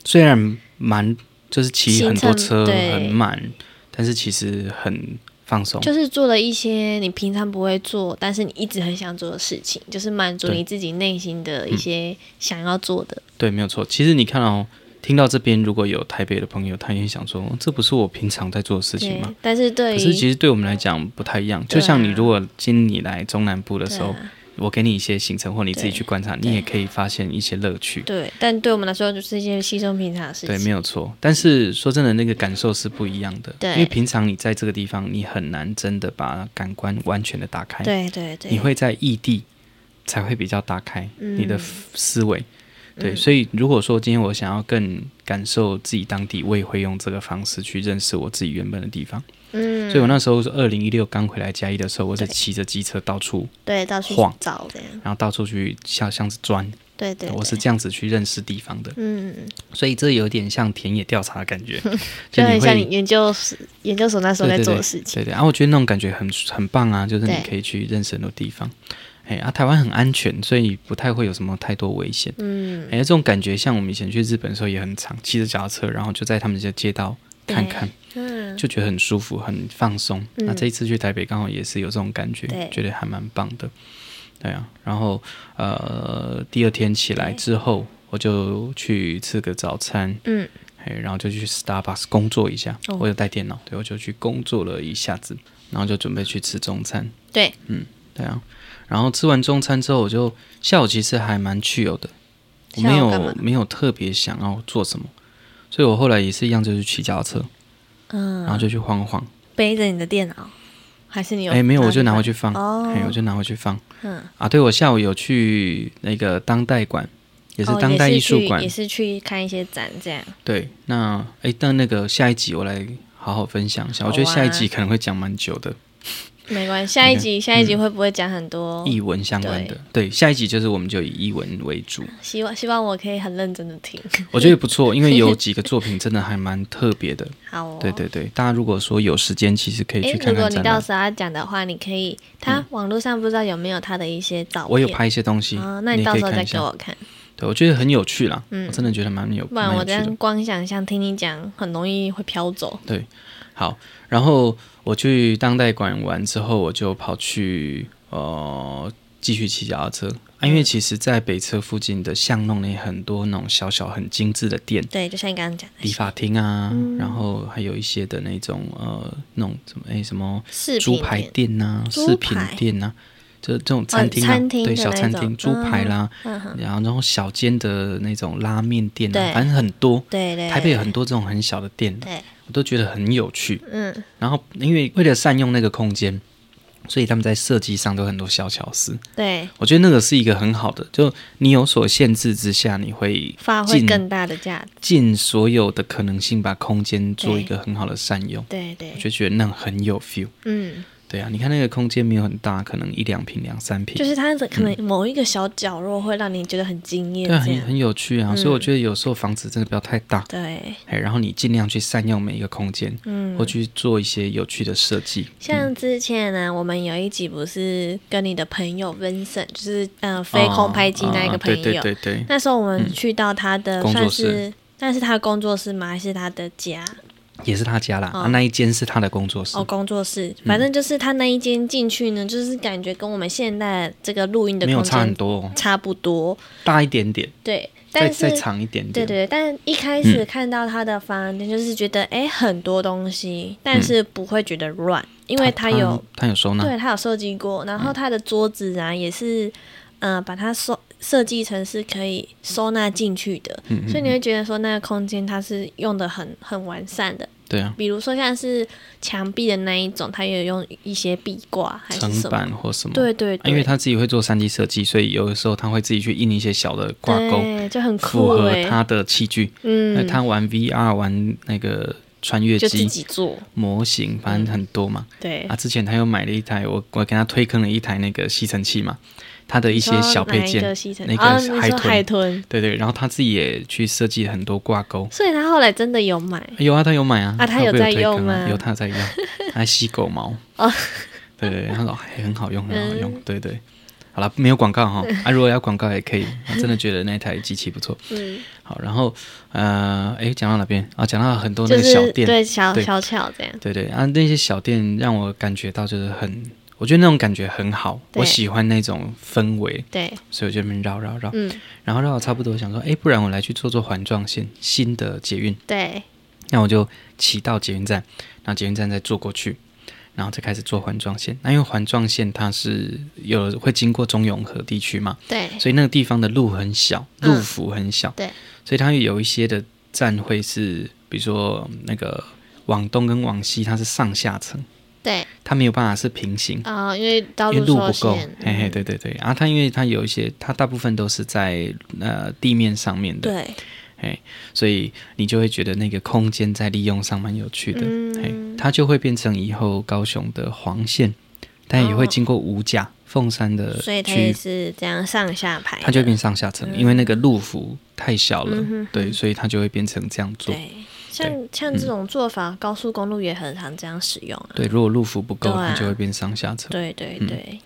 S2: 虽然蛮就是骑很多
S1: 行程
S2: 车
S1: 对
S2: 很满，但是其实很放松。
S1: 就是做了一些你平常不会做，但是你一直很想做的事情，就是满足
S2: 对嗯
S1: 你自己内心的一些想要做的。
S2: 对，没有错。其实你看哦，听到这边如果有台北的朋友，他也想说，哦这不是我平常在做的事情
S1: 对
S2: 吗？，
S1: 但是对
S2: 可
S1: 于
S2: 是其实对我们来讲不太一样。
S1: 对啊
S2: 就像你如果今你来中南部的时候，
S1: 对啊
S2: 我给你一些行程或你自己
S1: 对
S2: 去观察，你也可以发现一些乐趣。
S1: 对，但对我们来说就是一些稀松平常的事
S2: 对，
S1: 情。
S2: 没有错。但是说真的，那个感受是不一样的。
S1: 对
S2: 因为平常你在这个地方，你很难真的把感官完全的打开。
S1: 对对对，嗯
S2: 你会在异地才会比较打开你的思维。对，所以如果说今天我想要更感受自己当地，我也会用这个方式去认识我自己原本的地方。
S1: 嗯，
S2: 所以我那时候是二零一六刚回来嘉义的时候，我是骑着机车到处，
S1: 对，到处
S2: 晃
S1: 找这样，
S2: 然后到处去下巷子钻，
S1: 对对
S2: 我是
S1: 对
S2: 这样子去认识地方的。
S1: 嗯，
S2: 所以这有点像田野调查的感觉，
S1: 就很
S2: 你
S1: 像
S2: 会
S1: 你研究所研究所那时候在
S2: 对对
S1: 做
S2: 对
S1: 的事情，
S2: 对对，然、啊后我觉得那种感觉很很棒啊，就是你
S1: 对
S2: 可以去认识很多地方。哎，啊，台湾很安全，所以不太会有什么太多危险。
S1: 嗯，
S2: 哎，这种感觉像我们以前去日本的时候也很常骑着脚踏车，然后就在他们的街道看看，
S1: 嗯，
S2: 就觉得很舒服、很放松。
S1: 嗯
S2: 那这一次去台北刚好也是有这种感觉
S1: 对，
S2: 觉得还蛮棒的。对啊，然后呃，第二天起来
S1: 对
S2: 之后，我就去吃个早餐，
S1: 嗯，
S2: 哎，然后就去 Starbucks 工作一下，
S1: 哦
S2: 我有带电脑，对，我就去工作了一下子，然后就准备去吃中餐，
S1: 对，
S2: 对啊，然后吃完中餐之后，我就下午其实还蛮去有的，我
S1: 下午
S2: 没
S1: 干
S2: 有
S1: 嘛
S2: 没有特别想要做什么，所以我后来也是一样，就是骑脚踏车，然后
S1: 嗯，
S2: 就去晃晃，
S1: 背着你的电脑，还是你有？
S2: 哎，没有，我就拿回。去放，
S1: 哦
S2: 哎，我就拿回去放
S1: 嗯，
S2: 啊，对，我下午有去那个当代馆，也是
S1: 哦
S2: 当代艺术馆
S1: 也，是去也是去看一些展这样。
S2: 对，那哎，但那个下一集我来好好分享一下，我觉得
S1: 好啊
S2: 下一集可能会讲蛮久的。
S1: 没关系，下一
S2: 嗯
S1: 集下一集会不会讲很多？
S2: 译文相关的。对，下一集就是我们就以译文为 主，
S1: 希望希望我可以很认真的听。
S2: 我觉得不错，因为有几个作品真的还蛮特别的。
S1: 好 哦。
S2: 对对对，大家如果说有时间，其实可以
S1: 诶
S2: 去看
S1: 如果
S2: 看
S1: 你
S2: 展
S1: 到
S2: 览。嗯
S1: 时候要讲的话，你可以，他网络上不知道有没有他的一些照片，
S2: 我有拍一些东西，
S1: 啊，那
S2: 你
S1: 到
S2: 可以
S1: 时候
S2: 看
S1: 再
S2: 一
S1: 给
S2: 下。
S1: 我看，
S2: 对，我觉得很有趣啦，我真的觉得蛮有
S1: 不然
S2: 蛮
S1: 我
S2: 有
S1: 这
S2: 趣的
S1: 样。光想象听你讲，很容易会飘走。
S2: 对，好，然后我去当代馆玩之后，我就跑去呃继续骑脚踏车。啊、因为其实，在北车附近的巷弄里，很多那种小小很精致的店，
S1: 对，就像你刚刚讲的，
S2: 理发厅啊，
S1: 嗯
S2: 然后还有一些的那种呃，那种什么哎什么
S1: 饰
S2: 猪
S1: 品
S2: 排
S1: 店
S2: 店呐、
S1: 猪
S2: 饰品
S1: 排哦
S2: 店呐、这这种餐厅啊，
S1: 餐厅
S2: 对
S1: 的
S2: 小
S1: 那
S2: 餐
S1: 种
S2: 厅猪排啦，
S1: 嗯哼，
S2: 然后然后小间的那种拉面店啊，
S1: 对
S2: 反正很多。
S1: 对对，
S2: 台北有很多这种很小的店，
S1: 对，
S2: 我都觉得很有趣。
S1: 嗯，
S2: 然后因为为了善用那个空间，所以他们在设计上都很多小巧思。
S1: 对，
S2: 我觉得那个是一个很好的，就你有所限制之下，你会
S1: 发挥
S2: 尽
S1: 更大的价值。
S2: 尽所有的可能性把空间做
S1: 对
S2: 一个很好的善用，
S1: 对对
S2: 我，就觉得那很有 feel。
S1: 嗯，
S2: 对啊，你看那个空间没有很大，可能一两平、两三平，
S1: 就是它的可能某一个小角落会让你觉得很惊艳，
S2: 嗯对啊，
S1: 这
S2: 很
S1: 样
S2: 很有趣
S1: 嗯
S2: 啊。所以我觉得有时候房子真的不要太大，
S1: 对，
S2: 哎，然后你尽量去善用每一个空间，
S1: 嗯
S2: 或，去做一些有趣的设计。
S1: 像之前呢，我们有一集不是跟你的朋友 Vincent，就是嗯、呃飞空拍机那一
S2: 哦
S1: 个
S2: 啊
S1: 朋友，
S2: 对对对对，
S1: 那时候我们去到他的
S2: 工作
S1: 算
S2: 室
S1: 是，但是他的工作室吗？还是他的家？
S2: 也是他家啦，啊那一间是他嗯的工作室
S1: 哦，，工作室，反正就是他那一间进去呢，就是感觉跟我们现在这个录音的
S2: 没有
S1: 空
S2: 差很
S1: 间
S2: 多，哦，
S1: 差不多，
S2: 大一点点，
S1: 对，
S2: 再
S1: 但是
S2: 再长一点嗯
S1: 对对，
S2: 点，
S1: 但一开始看到他的房间，就是觉得哎、诶很多东西，但是不会觉得乱，因为他有
S2: 他有收纳，
S1: 对他有设计过，然后他的桌子啊也是，呃，把它收设计成是可以收纳进去的，
S2: 嗯
S1: 所以
S2: 嗯，
S1: 你会觉得说那个空间它是用的很很完善的。
S2: 对啊，
S1: 比如说像是墙壁的那一种，它也有用一些壁挂还是
S2: 层
S1: 什么，
S2: 板或什么，
S1: 对对
S2: 啊
S1: 对，
S2: 因为他自己会做三 D 设计，所以有的时候他会自己去印一些小的挂钩，
S1: 对就哎很
S2: 符
S1: 酷
S2: 合
S1: 哎、
S2: 他的器具。那
S1: 嗯，
S2: 他玩 VR 玩那个穿越
S1: 就自
S2: 机
S1: 己做，
S2: 模型，反正很多嘛。
S1: 对
S2: 啊，，之前他又买了一台，我我给他推坑了一台那个吸尘器嘛，他的一些小配
S1: 你说哪一
S2: 件
S1: 个，吸尘
S2: 那个
S1: 啊，你
S2: 海
S1: 说
S2: 豚
S1: 海豚，
S2: 对对，然后他自己也去设计很多挂钩。
S1: 所以他后来真的有买，
S2: 有啊，他有买啊，
S1: 啊他
S2: 有
S1: 有
S2: 被
S1: 在
S2: 推
S1: 用
S2: 坑啊
S1: 吗
S2: 有 他在用，他还吸狗毛。
S1: 哦
S2: 对对，对他说还很好用，
S1: 嗯
S2: 很好用。对对，好了，没有广告哈。啊，如果要广告也可以，我真的觉得那台机器不错。
S1: 嗯，
S2: 好，然后呃，诶，讲到哪边啊？讲到很多那
S1: 就
S2: 个小
S1: 是
S2: 店，
S1: 对小
S2: 对
S1: 小巧这样，
S2: 对对啊，那些小店让我感觉到就是很，我觉得那种感觉很好，
S1: 对
S2: 我喜欢那种氛围，
S1: 对，
S2: 所以我就在那边绕绕绕，
S1: 嗯，
S2: 然后绕到差不多，想说，诶，不然我来去做做环状线新的捷运，
S1: 对，
S2: 那我就骑到捷运站，然后捷运站再坐过去，然后再开始做环状线。那因为环状线它是有会经过中永和地区嘛，
S1: 对，
S2: 所以那个地方的路很小，
S1: 嗯
S2: 路幅很小，
S1: 对，
S2: 所以它有一些的站会是，比如说那个往东跟往西，它是上下层，
S3: 对，
S2: 它没有办法是平行，
S3: 啊、因为道
S2: 因为
S3: 路
S2: 路
S3: 受
S2: 不够
S3: 限，，
S2: 嘿嘿，
S3: 嗯，
S2: 对对对。然后它因为它有一些，它大部分都是在呃地面上面
S1: 嗯
S2: 的，
S1: 对，
S2: 所以你就会觉得那个空间在利用上蛮有趣的，嘿
S3: 嗯，
S2: 它就会变成以后高雄的黄线，但也会经过五甲、凤山的
S1: 所以它
S2: 呃区
S1: 也
S2: 域，
S1: 是这样上下排的，
S2: 它就会变上下层，因为那个路幅太小了，
S1: 嗯哼
S2: 对，所以它就会变成这样做。
S1: 对，像像
S2: 嗯
S1: 这种做法，高速公路也很常这样使用啊。
S2: 对，如果路幅不够，
S1: 对啊
S2: 它就会变上下层。
S1: 对对
S2: 嗯
S1: 对，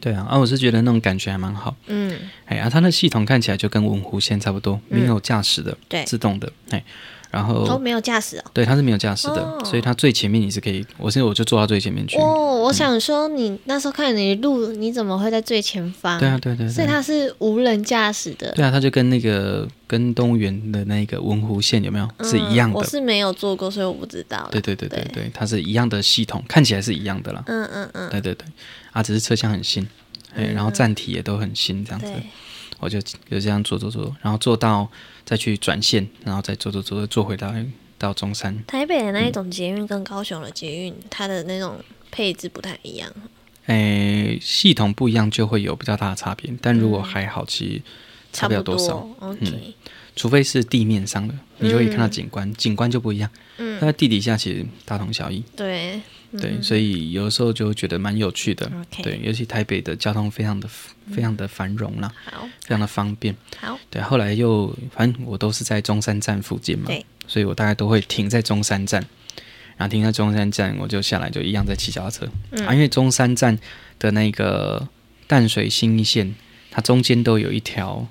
S2: 对啊，啊，我是觉得那种感觉还蛮好。
S1: 嗯，
S2: 哎啊，它的系统看起来就跟文湖线差不多，
S1: 嗯
S2: 没有驾驶的，
S1: 对
S2: 自动的，哎，然
S1: 都
S2: 后
S1: 没有驾驶哦。
S2: 对，它是没有驾驶的，
S1: 哦
S2: 所以它最前面你是可以，我现在我就坐到最前面去。
S3: 哦，
S2: 嗯
S3: 我想说你那时候看你路，你怎么会在最前方？
S2: 对啊，对对
S3: 所以
S2: 对。
S3: 它是无人驾驶的。
S2: 对啊，它就跟那个跟动物园的那个文湖线有没有是一样
S1: 嗯我
S2: 的？
S1: 是没有做过，所以我不知道啦。
S2: 对对对对
S1: 对
S2: 对，它是一样的系统，看起来是一样的啦。
S1: 嗯嗯嗯，
S2: 对对对，啊，只是车厢很新，哎，然后站体也都很新，这样子。
S1: 对，
S2: 我就就这样做做做，然后做到再去转线，然后再做做做做回到到中山。
S1: 台北的那一种捷运跟高雄的捷运，它的那种配置不太一样。
S2: 诶，系统不一样就会有比较大的差别，但如果还好，其实差不了
S1: 嗯不
S2: 多少。嗯
S1: OK，
S2: 除非是地面上的，你就可以看到景观，景观就不一样。
S1: 嗯
S2: 那地底下其实大同小异，
S1: 对，
S2: 对，所以有的时候就觉得蛮有趣的。
S1: 嗯 OK
S2: 对，尤其台北的交通非常的非常的繁荣啦，
S1: 好，
S2: 非常的方便。
S1: 好，
S2: 对，后来又反正我都是在中山站附近嘛，
S1: 对，
S2: 所以我大概都会停在中山站，然后停在中山站，我就下来就一样在骑脚踏车、
S1: 嗯
S2: 啊，因为中山站的那个淡水新一线，它中间都有一条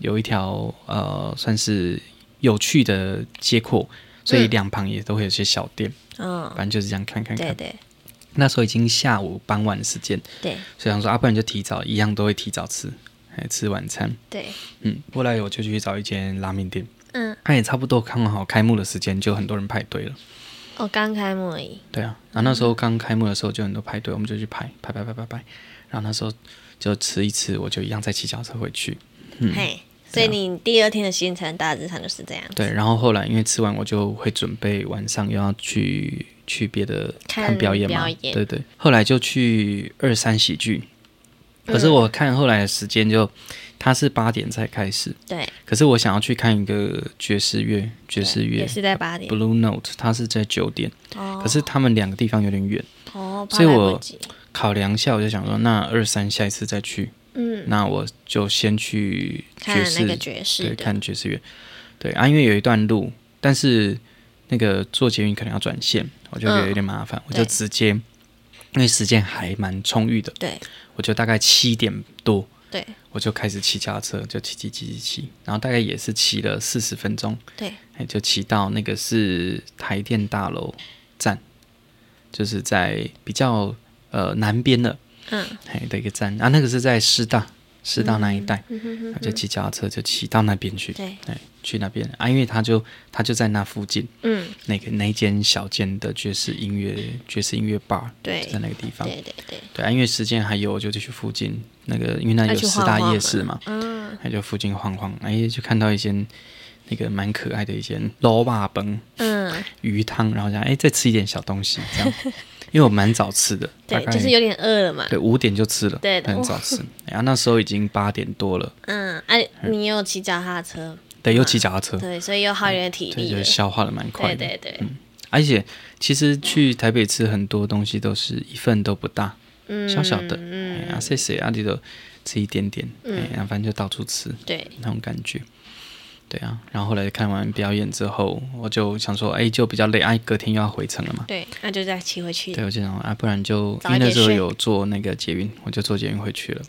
S2: 有一条呃算是有趣的街阔，所以两旁也都会有些小店，
S1: 嗯，
S2: 反正就是这样看看看。
S1: 对对
S2: 那时候已经下午傍晚的时间，
S1: 对
S2: 所以想说啊，不然就提早一样都会提早吃，哎，吃晚餐。
S1: 对，
S2: 嗯，后来我就去找一间拉面店，
S1: 嗯，
S2: 它也差不多刚好开幕的时间，就很多人排队了。
S1: 哦，刚开幕而已。
S2: 对啊，然后那时候刚开幕的时候就很多排队，我们就去排排排排排排，然后那时候就吃一吃，我就一样再骑脚车回去。嗯
S1: 嘿，所以你第二天的行程大致上就是这样。
S2: 对，然后后来因为吃完我就会准备晚上又要去去别的
S1: 看
S2: 看表演嘛，
S1: 表演
S2: 对对。后来就去二三喜剧，可
S1: 嗯
S2: 是我看后来的时间就，它是八点才开始，
S1: 对，
S2: 可是我想要去看一个爵士乐，爵士乐
S1: 也是在八点。
S2: Blue Note，它是在九点，
S1: 哦
S2: 可是他们两个地方有点远，
S1: 哦，怕
S2: 所以
S1: 来不
S2: 我
S1: 及
S2: 考量一下，我就想说，那二三下一次再去，
S1: 嗯，
S2: 那我就先去
S1: 看
S2: 爵士，
S1: 那个爵士
S2: 对，
S1: 的，
S2: 看爵士乐，对啊，因为有一段路，但是那个坐捷运可能要转线，我就觉得有点麻烦，我就
S1: 嗯对
S2: 直接，因为时间还蛮充裕的，
S1: 对
S2: 我就大概七点多。
S1: 对
S2: 我就开始骑脚踏车，就骑骑骑骑骑，然后大概也是骑了四十分钟，
S1: 对，
S2: 哎，就骑到那个是台电大楼站，就是在比较呃南边的
S1: 嗯
S2: 哎的一个站啊，那个是在师大师大那一带，
S1: 嗯哼哼，
S2: 我就骑脚踏车就骑到那边去，
S1: 对，
S2: 哎，去那边啊，因为他就他就在那附近
S1: 嗯，
S2: 那个那间小间的爵士音乐爵士音乐 bar，
S1: 对
S2: 就在那个地方，
S1: 对对对，
S2: 对啊，因为时间还有，我就去附近那个，因为那
S1: 要
S2: 有
S1: 啊去
S2: 师
S1: 晃
S2: 大
S1: 晃
S2: 夜
S1: 嘛
S2: 市嘛，
S1: 嗯
S2: 那就附近晃晃，哎，就看到一间那个蛮可爱的一间老霸崩
S1: 嗯，
S2: 鱼汤，然后想哎再吃一点小东西这样，因为我蛮早吃的，大
S1: 对，
S2: 概
S1: 就是有点饿了嘛，
S2: 对五点就吃了，
S1: 对的
S2: 很早吃，然后那时候已经八点多了，
S1: 嗯，哎，你有骑脚踏车，
S2: 对，又骑脚踏车，
S1: 对，所以有耗一点体
S2: 对，
S1: 力
S2: 就
S1: 了，
S2: 消化的蛮快
S1: 啊
S2: 嗯
S1: 对
S2: 的，
S1: 对对，
S2: 而且其实去台北吃很多东西都是一份都不大，
S1: 嗯，
S2: 小小的，哎
S1: 嗯
S2: 呀谢谢，阿弟都吃一点点，哎呀，反正就到处吃，
S1: 对，
S2: 那种感觉。对啊，然后后来看完表演之后，我就想说，哎，就比较累，哎，隔天又要回程了嘛。
S1: 对，那就再骑回去，
S2: 对，我就想啊，不然就
S1: 早
S2: 因
S1: 一点
S2: 为那时候
S1: 睡
S2: 有坐那个捷运，我就坐捷运回去了。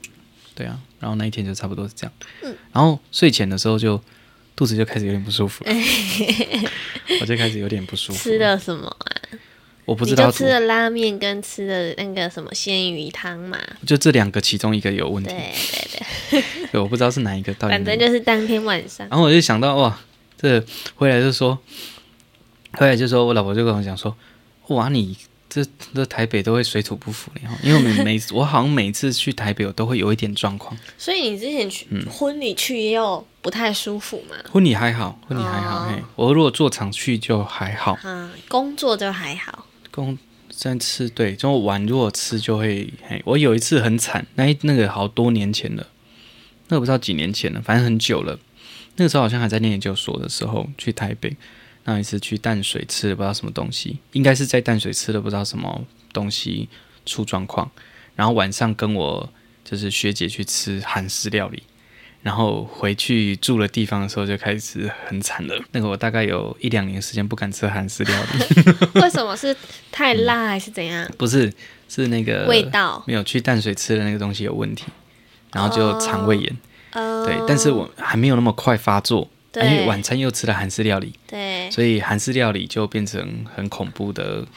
S2: 对啊，然后那一天就差不多是这样。
S1: 嗯
S2: 然后睡前的时候就肚子就开始有点不 舒服了，我就开始有点不舒服。
S1: 吃了什么啊？
S2: 我不
S1: 你
S2: 知道
S1: 就
S2: 我，
S1: 吃了拉面跟吃的那个什么鲜鱼汤嘛，
S2: 就这两个其中一个有问题
S1: 对，对对，
S2: 对，我不知道是哪一个到底哪一
S1: 反
S2: 个。
S1: 正就是当天晚上，
S2: 然后我就想到哇，这回来就说，回来就说我老婆就跟我讲说，哇，你这这台北都会水土不服你哈，因为我们每我好像每次 去台北我都会有一点状况，
S1: 所以你之前去、
S2: 嗯
S1: 婚礼去也有不太舒服嘛？
S2: 婚礼还好，婚礼还好，
S1: 哦
S2: 嘿，我如果坐场去就还好，
S1: 啊，工作就还好，
S2: 工但吃对，中午晚如果吃就会，嘿，我有一次很惨，那一那个好多年前了，那个不知道几年前了，反正很久了。那个时候好像还在念研究所的时候，去台北，那一次去淡水吃了不知道什么东西，应该是在淡水吃了不知道什么东西出状况，然后晚上跟我就是学姐去吃韩式料理，然后回去住的地方的时候就开始很惨了。那个我大概有一两年时间不敢吃韩式料理，
S1: 为什么是太
S2: 嗯
S1: 辣还是怎样？
S2: 不是，是那个
S1: 味道
S2: 没有去淡水吃的那个东西有问题，然后就肠胃炎。
S1: 呃，
S2: 对，但是我还没有那么快发作，因
S1: 对哎
S2: 为晚餐又吃了韩式料理，
S1: 对
S2: 所以韩式料理就变成很恐怖的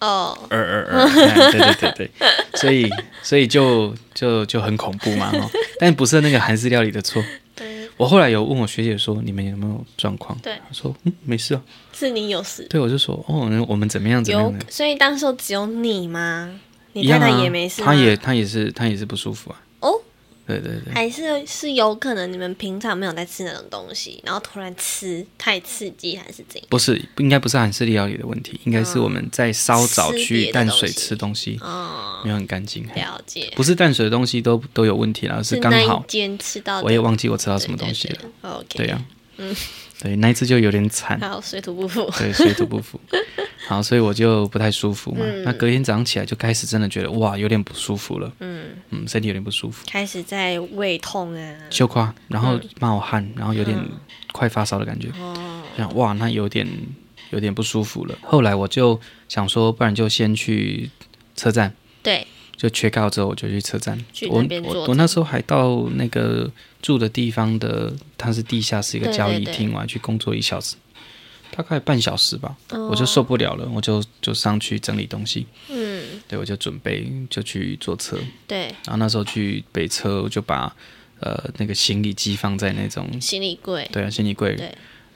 S1: 哦，
S2: 呃呃呃，哎对对对 对，所以所以就就就很恐 怖嘛哈，但不是那个韩式料理的错。
S1: 对，
S2: 我后来有问我学姐说你们有没有状况，
S1: 对
S2: 她说嗯没事啊，
S1: 是你有事，
S2: 对我就说哦那我们怎么样怎么样
S1: 有
S2: 的，，
S1: 所以当时候只有你吗？
S2: 一
S1: 你太
S2: 样
S1: 太
S2: 啊，
S1: 也没事吗，
S2: 她也她也是她也是不舒服啊，
S1: 哦，
S2: 对对对，
S1: 还是是有可能你们平常没有在吃那种东西，然后突然吃太刺激还是怎样？
S2: 不是，应该不是韩式料理的问题，应该是我们在稍
S1: 嗯
S2: 早
S1: 吃别
S2: 去
S1: 的
S2: 淡
S1: 东
S2: 水
S1: 西
S2: 吃东西，
S1: 哦，
S2: 没有很干净。嘿
S1: 了解，
S2: 不是淡水的东西都都有问题啦，而是刚
S1: 那一
S2: 好
S1: 间吃到的
S2: 我也忘记我吃到什么
S1: 对对
S2: 东西了。
S1: 对嗯 OK，
S2: 对呀、啊对，那一次就有点惨，
S1: 还有水土不服，
S2: 对，水土 不服。好，所以我就不太舒服嘛。
S1: 嗯
S2: 那隔天早上起来就开始真的觉得哇，有点不舒服了，
S1: 嗯，
S2: 嗯，身体有点不舒服，
S1: 开始在胃痛啊，
S2: 羞夸，然后冒汗，然后有点快发烧的感觉。
S1: 嗯哦，
S2: 想哇，那有点有点不舒服了。后来我就想说，不然就先去车站，
S1: 对，
S2: 就缺告之后我就去车站。
S1: 去
S2: 我
S1: 那边
S2: 我
S1: 坐
S2: 我
S1: 着
S2: 那时候还到那个住的地方的，它是地下室一个
S1: 对
S2: 交
S1: 对
S2: 易
S1: 对
S2: 厅，我还去工作一小时，大概半小时吧，
S1: 哦
S2: 我就受不了了，我就就上去整理东西，
S1: 嗯，
S2: 对我就准备就去坐车，
S1: 对，
S2: 然后那时候去北车我就把呃那个行李机放在那种
S1: 行李柜，
S2: 对啊行李柜。
S1: 对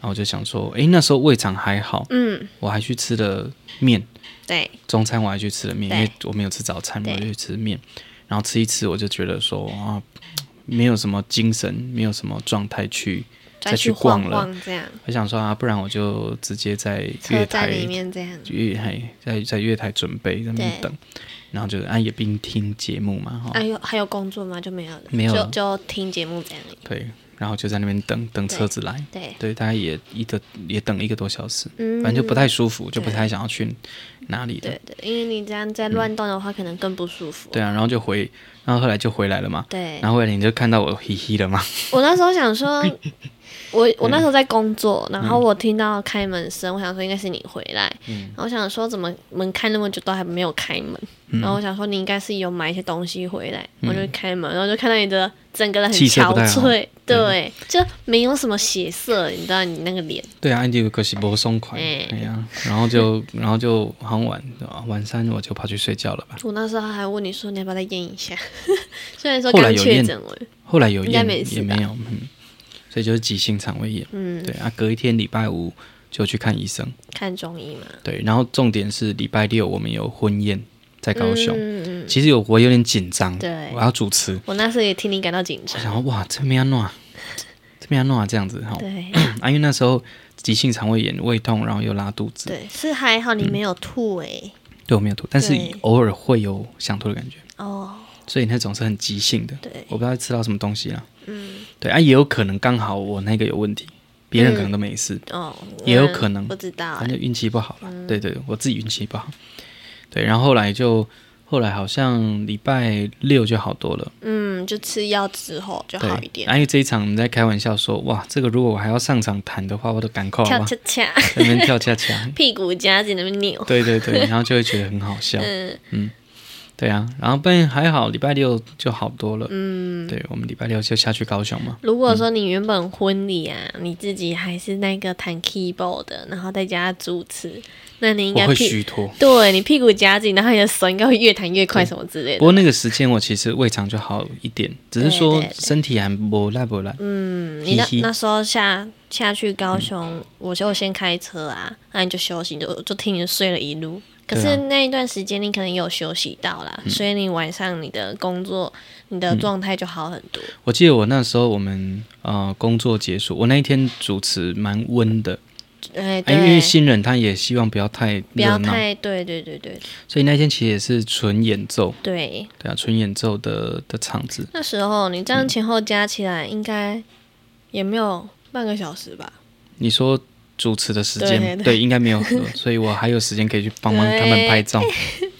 S2: 然后我就想说，诶，那时候胃肠还 好，
S1: 嗯，
S2: 我还去吃了面，
S1: 对，
S2: 中餐我还去吃了面，
S1: 对
S2: 因为我没有吃早餐，
S1: 对
S2: 我就去吃面，然后吃一吃我就觉得说啊，没有什么精神，没有什么状态去再去
S1: 去
S2: 逛
S1: 晃
S2: 了。
S1: 晃这样，
S2: 我想说啊，不然我就直接在
S1: 车
S2: 月
S1: 站
S2: 台
S1: 里面这样，
S2: 月台在在月台准备在那边
S1: 对
S2: 等，然后就啊也边听节目嘛哈，
S1: 哎呦，还有工作吗？就没有了，
S2: 没有了
S1: 就就听节目这样而已，
S2: 对，然后就在那边等等车子来，
S1: 对，
S2: 对，大概也一个也等一个多小时，
S1: 嗯，
S2: 反正就不太舒服，就不
S1: 对
S2: 太想要去哪里的
S1: 对。对，因为你这样在乱动的话，可能更不舒服。
S2: 对啊，然后就回，然后后来就回来了嘛。
S1: 对
S2: 然后后来你就看到我嘻嘻了嘛。
S1: 我那时候想 说，我我那时候在工作，然
S2: 嗯
S1: 后我听到开门声，我想说应该是你回来，然后我想说怎么门开那么久都还没有开门，
S2: 嗯
S1: 然后我想说你应该是有买一些东西回来，我就开门，然后就看到你的整个人很
S2: 气色
S1: 憔
S2: 不太好嗯
S1: 悴，对，就没有什么血色，你知道你那个脸，
S2: 对啊，就可惜不松快，
S1: 哎
S2: 哎呀，然后就然后就很晚，啊晚上我就跑去睡觉了吧。
S1: 我那时候还问你说你要不要再验一下， 虽然说
S2: 后来
S1: 刚
S2: 有
S1: 确
S2: 验
S1: 诊完，
S2: 后来有
S1: 应该
S2: 验
S1: 没事
S2: 也没
S1: 吧
S2: 有，嗯，所以就是急性肠胃炎。
S1: 嗯，
S2: 对啊，隔一天礼拜五就去看医生。
S1: 看中医嘛，
S2: 对，然后重点是礼拜六我们有婚宴在高雄，
S1: 嗯嗯，
S2: 其实有我有点紧张，
S1: 对
S2: 我要主持，
S1: 我那时候也替你感到紧张
S2: 我，想说哇这边要弄啊，这边要弄啊这样子哈。吼
S1: 对。
S2: 啊，因为那时候急性肠胃炎、胃痛，然后又拉肚子，
S1: 对，是还好你没有吐欸诶、
S2: 对我没有吐，但是
S1: 对
S2: 偶尔会有想吐的感觉，
S1: 哦，
S2: 所以那种是很急性的。
S1: 对
S2: 我不知道吃到什么东西啦。嗯，对啊，也有可能刚好我那个有问题，别人可能都没事，
S1: 哦，
S2: 也有
S1: 嗯
S2: 可能
S1: 不知道
S2: 反
S1: 欸、
S2: 正运气不好啦。对对，我自己运气不好。对，然后后来就后来好像礼拜六就好多了，
S1: 嗯，就吃药之后就
S2: 对
S1: 好一，点
S2: 啊。因为这一场我们在开玩笑说，哇，这个如果我还要上场弹的话，我都赶快好啊
S1: 跳
S2: 吧，
S1: 恰恰，
S2: 在那边跳恰恰。
S1: 屁股夹紧那边扭，
S2: 对对对，然后就会觉得很好笑。嗯对啊，然后不然还好，礼拜六就好多了。嗯，对，我们礼拜六就下去高雄嘛。
S1: 如果说你原本婚礼啊，
S2: 嗯
S1: 你自己还是那个弹 keyboard 的，然后再加主持，那你应
S2: 我
S1: 该
S2: 会
S1: 屁，
S2: 虚脱，
S1: 对你屁股夹紧，然后你的手应该会越弹越快什么之类
S2: 不
S1: 的。
S2: 过那个时间我其实胃肠就好一点，只是说
S1: 对对对
S2: 身体还不赖不赖。
S1: 嗯，你那
S2: 嘻嘻
S1: 那时候下下去高雄，我就先开车啊，那你就休息，就就听你睡了一路。可
S2: 对啊嗯
S1: 是那一段时间你可能有休息到啦，所以你晚上你的工作、你的状态就好很多。
S2: 我记得我那时候我们呃工作结束，我那一天主持蛮温的，
S1: 哎，
S2: 啊因为
S1: 对，
S2: 新人他也希望不要太
S1: 不要
S2: 热闹，
S1: 太，对对对对
S2: 所以那天其实也是纯演奏，
S1: 对。
S2: 对啊，纯演奏的的场子，
S1: 那时候你这样前后加起来，应该也没有半个小时吧？
S2: 你说主持的时间，
S1: 对对
S2: 应该没 有合，所以我还有时间可以去帮忙他们拍照。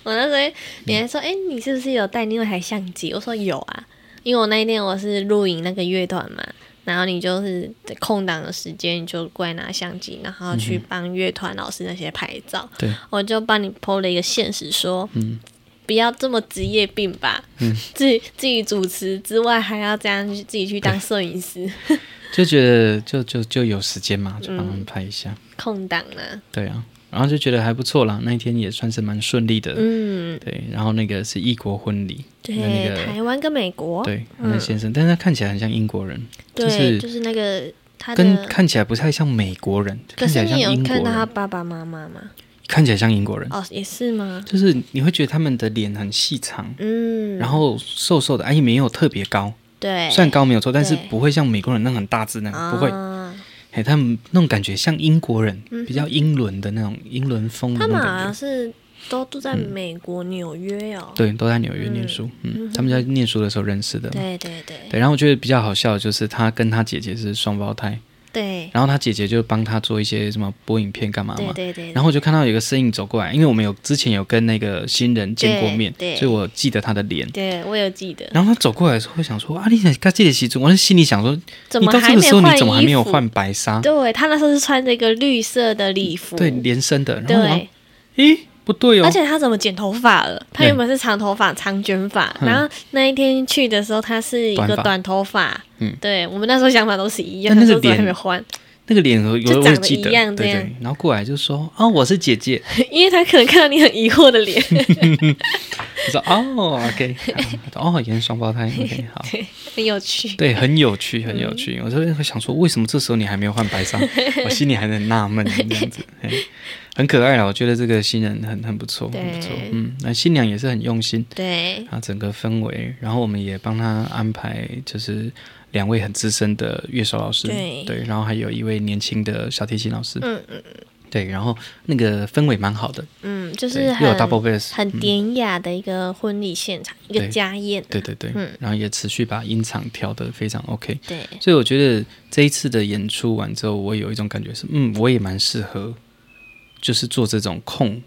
S1: 我那时候你还说，哎、你是不是有带另外一台相机？我说有啊，因为我那一天我是录影那个乐团嘛，然后你就是在空档的时间，你就过来拿相机，然后去帮乐团老师那些拍照。
S2: 对，
S1: 我就帮你 PO 了一个现实说，
S2: 嗯
S1: 不要这么职业病吧， 自己自己主持之外，还要这样去自己去当摄影师，
S2: 就觉得就就就有时间
S1: 嗯
S2: 嘛，就帮他们拍一下。
S1: 空档啊，
S2: 对啊，然后就觉得还不错啦，那一天也算是蛮顺利的。
S1: 嗯，
S2: 对，然后那个是异国婚礼，
S1: 对，
S2: 那那个
S1: 台湾跟美国，
S2: 对，那先生，但是他看起来很像英国人，
S1: 对，
S2: 就是
S1: 就是那个他的。
S2: 跟看起来不太像美国人，
S1: 可
S2: 看起
S1: 是
S2: 来像
S1: 你有
S2: 英国
S1: 看到他
S2: 人，
S1: 爸爸妈妈吗？
S2: 看起来像英国人，
S1: 哦，也是吗？
S2: 就是你会觉得他们的脸很细长，
S1: 嗯，
S2: 然后瘦瘦的，哎，没有特别高，
S1: 对，
S2: 虽然高没有错，但是
S1: 对
S2: 不会像美国人那种很大只那样，
S1: 啊
S2: 不会，哎，他们那种感觉像英国人，比较英伦的那种英伦风的
S1: 嗯他
S2: 那
S1: 们啊
S2: 种
S1: 好像
S2: 感觉。
S1: 是都住在美国纽约哦。
S2: 对，都在纽约念书，嗯，他们在念书的时候认识的。
S1: 对对对
S2: 对，然后我觉得比较好笑的就是他跟他姐姐是双胞胎，
S1: 对
S2: 然后他姐姐就帮他做一些什么播影片干嘛嘛
S1: 对，对对，
S2: 然后我就看到有个身影走过来，因为我们有之前有跟那个新人见过面，
S1: 对对
S2: 所以我记得他的脸。
S1: 对我有记得，
S2: 然后他走过来的时候，我想说啊，你在这里洗澡，我在心里想说，
S1: 怎
S2: 你
S1: 么
S2: 到
S1: 还
S2: 这个
S1: 没
S2: 时候你怎么还没
S1: 衣
S2: 有
S1: 服
S2: 换？白纱？
S1: 对他那时候是穿着一个绿色的礼服，
S2: 对，连身的。然后我想
S1: 对，
S2: 诶，不对哦
S1: 而，且他怎么剪头发了？他
S2: 对
S1: 原本是长头发、长卷发，
S2: 嗯
S1: 然后那一天去的时候，他是一
S2: 短
S1: 个
S2: 发
S1: 短头发。
S2: 嗯
S1: 对我们那时候想法都是一样，
S2: 但那
S1: 时
S2: 个
S1: 候怎么还
S2: 脸
S1: 没换？
S2: 那个脸我
S1: 就
S2: 我
S1: 长
S2: 也
S1: 得
S2: 记得，
S1: 一样
S2: 对
S1: 这样
S2: 对。然后过来就说啊，我是姐姐。
S1: 因为他可能看到你很疑惑的脸，
S2: 我说哦，OK，啊哦，也是双 胞胎，OK，好。
S1: 很有趣。
S2: 对，很有趣，很有
S1: 嗯
S2: 趣。我就会想说，为什么这时候你还没有换白 纱？我心里还很纳闷这样子，嘿很可爱了。我觉得这个新人很很不错，很不错
S1: 对。
S2: 嗯，那新娘也是很用心，
S1: 对
S2: 啊，整个氛围，然后我们也帮她安排，就是两位很资深的乐手老师，
S1: 对
S2: 然后还有一位年轻的小提琴老师，
S1: 嗯
S2: 嗯对，然后那个氛围蛮好的，
S1: 嗯，就
S2: 对，
S1: 是
S2: 又有
S1: 很
S2: double bass，
S1: 很典雅的一个婚礼现场，一个
S2: 嗯对
S1: 家宴。
S2: 对对对，
S1: 嗯
S2: 然后也持续把音场调得非常 OK，
S1: 对
S2: 所以我觉得这一次的演出完之后，我有一种感觉是，嗯，我也蛮适合，就是做这种控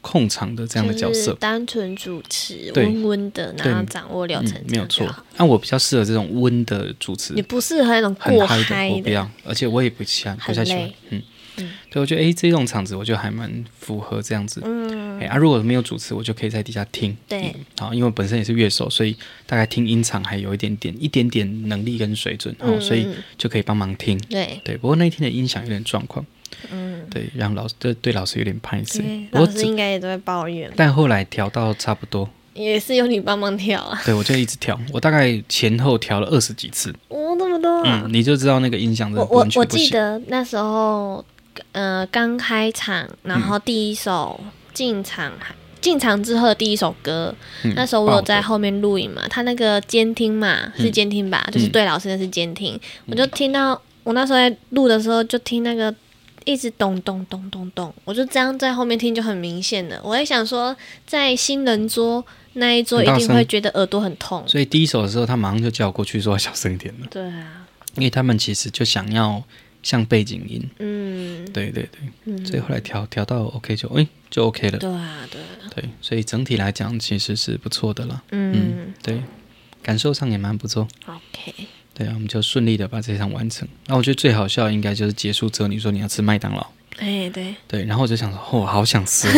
S2: 控场的这样的角
S1: 就是
S2: 色，
S1: 单纯主持，
S2: 对
S1: 温温的，然后掌握流程
S2: 嗯，，
S1: 这
S2: 没有
S1: 样就
S2: 错
S1: 好。
S2: 那、我比较适合这种温的主持
S1: 你，不适合那种
S2: 很
S1: 过
S2: 嗨
S1: 嗨
S2: 我不要，而且我也不喜欢，不
S1: 很
S2: 太喜欢
S1: 累，
S2: 嗯。
S1: 嗯
S2: 对，我觉得诶，这种场子我就还蛮符合这样子。嗯，哎、啊，如果没有主持，我就可以在底下听。
S1: 对
S2: 嗯，好，因为我本身也是乐手，所以大概听音场还有一点点、一点点能力跟水准，
S1: 嗯
S2: 哦，所以就可以帮忙听。
S1: 对
S2: 对，不过那一天的音响有点状况，嗯，对，让老师对对老师有点拍死
S1: 对，。
S2: 不过
S1: 老师
S2: 只
S1: 应该也都会抱怨，
S2: 但后来调到差不多，
S1: 也是由你帮忙调啊。
S2: 对我就一直调，我大概前后调了二十几次，
S1: 哦，那么多啊！
S2: 嗯，你就知道那个音响真
S1: 我
S2: 的
S1: 我
S2: 完全
S1: 我
S2: 不
S1: 记
S2: 行。
S1: 得那时候，呃，刚开场，
S2: 嗯
S1: 然后第一首进场，进场之后的第一首歌，
S2: 嗯
S1: 那时候我有在
S2: 抱着
S1: 后面录影嘛，他那个监听嘛，
S2: 嗯
S1: 是监听吧，就是对老师的是监听，我就听到我那时候在录的时候就听那个。一直咚咚咚咚咚，我就这样在后面听就很明显了。我在想说，在新人桌那一桌
S2: 很
S1: 一
S2: 大
S1: 定
S2: 声
S1: 会觉得耳朵很痛。
S2: 所以第一首的时候，他马上就叫我过去说小声一点了，
S1: 对啊，
S2: 因为他们其实就想要像背景音，
S1: 嗯，
S2: 对对对，
S1: 嗯
S2: 所以后来调调到 OK 就诶就 OK 了，
S1: 对啊，对啊，
S2: 对，所以整体来讲其实是不错的啦，
S1: 嗯
S2: 嗯，对，感受上也蛮不错。
S1: ，OK，
S2: 对啊，我们就顺利的把这场完成。那我觉得最好笑的应该就是结束之后，你说你要吃麦当劳，
S1: 哎，对，
S2: 对，然后我就想说，哦，好 想吃哦。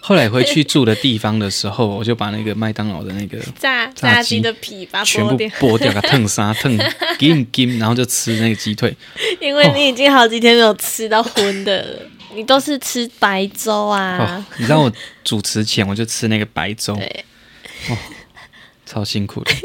S2: 后来回去住的地方的时候，我就把那个麦当劳的那个
S1: 炸
S2: 炸
S1: 炸鸡
S2: 鸡
S1: 的皮把它
S2: 全
S1: 剥
S2: 部
S1: 掉，
S2: 剥掉，给它烫 沙烫金金，然后就吃那个鸡腿。
S1: 因为你已经好几天没有吃到荤的了，哦你都是吃白粥啊
S2: 哦，，你知道我主持前我就吃那个白粥，
S1: 对
S2: 哦，超辛苦的。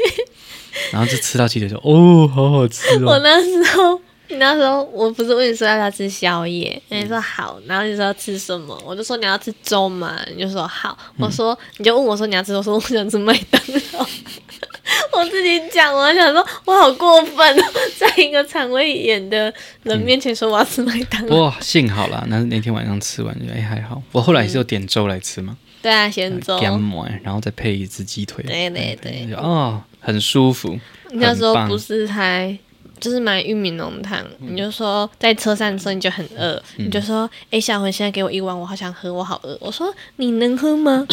S2: 然后就吃到鸡腿说，哦，好好吃
S1: 我
S2: 哦。
S1: 那时候。你那时候我不是问你说要不要吃宵夜，你说好，然后你说要吃什么，我就说你要吃粥嘛，你就说好，我说你就问我说你要吃，我说我想吃麦当劳， 我自己讲，我还想说，我好过分，哦在一个肠胃炎的人面前说我要吃麦当
S2: 不
S1: 劳。
S2: 过幸好啦，那那天晚上吃完就哎还好。我后来也是有点粥来吃嘛，
S1: 对啊，咸粥。
S2: 干馍，然后再配一只鸡腿，
S1: 对对对，
S2: 就哦很舒服。
S1: 那时
S2: 很
S1: 候
S2: 棒嗯
S1: 不是还就是买玉米浓汤，你就说在车上的时候你就很饿，你就说：“哎、小魂，现在给我一碗，我好想喝，我好饿。”我说：“你能喝 吗？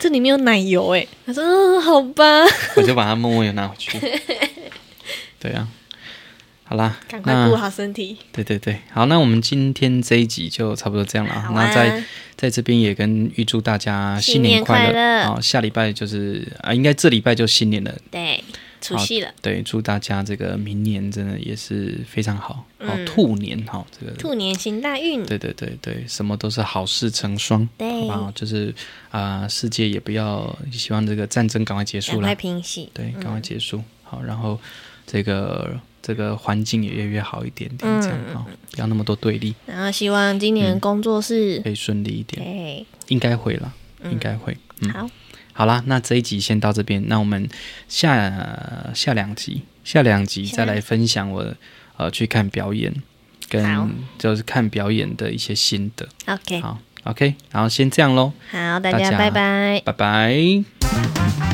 S1: 这里面有奶油。”哎，他说：“嗯，好吧。
S2: 我就把它默默又拿回 去。对啊，好啦”，
S1: 赶快
S2: 那
S1: 顾好身体。
S2: 对对对，好，那我们今天这一集就差不多这样了啊。
S4: 好啊
S2: 那在在这边也跟预祝大家新年
S4: 新
S2: 快
S4: 年快乐
S2: 好，下礼拜就是啊，应该这礼拜就新年了。
S4: 对，除夕了，
S2: 对，祝大家这个明年真的也是非常好，哦，兔年好，这个
S4: 嗯兔年行大运。
S2: 对对对对，什么都是好事成双，好
S4: 对
S2: 不好？就是啊、世界也不要希望这个战争赶快结
S4: 赶
S2: 束啦
S4: 快，平息。
S2: 对，赶快结束，好，然后这个这个环境也越来越好一点点，
S4: 嗯
S2: 这样啊、不要那么多对立，
S4: 然后希望今
S2: 嗯
S4: 年工作室，
S2: 可以顺利一点，
S1: 哎
S4: 对，
S2: 应该会啦，应该会，嗯，
S4: 好，
S2: 好啦，那这一集先到这边，那我们下下两集，下两集再来分享我呃去看表演，
S4: 好
S2: 跟就是看表演的一些心得。
S4: OK，
S2: 好，OK，然后先这样喽，
S4: 好，大
S2: 大
S4: 家
S2: 家
S4: 拜拜。
S2: 拜拜。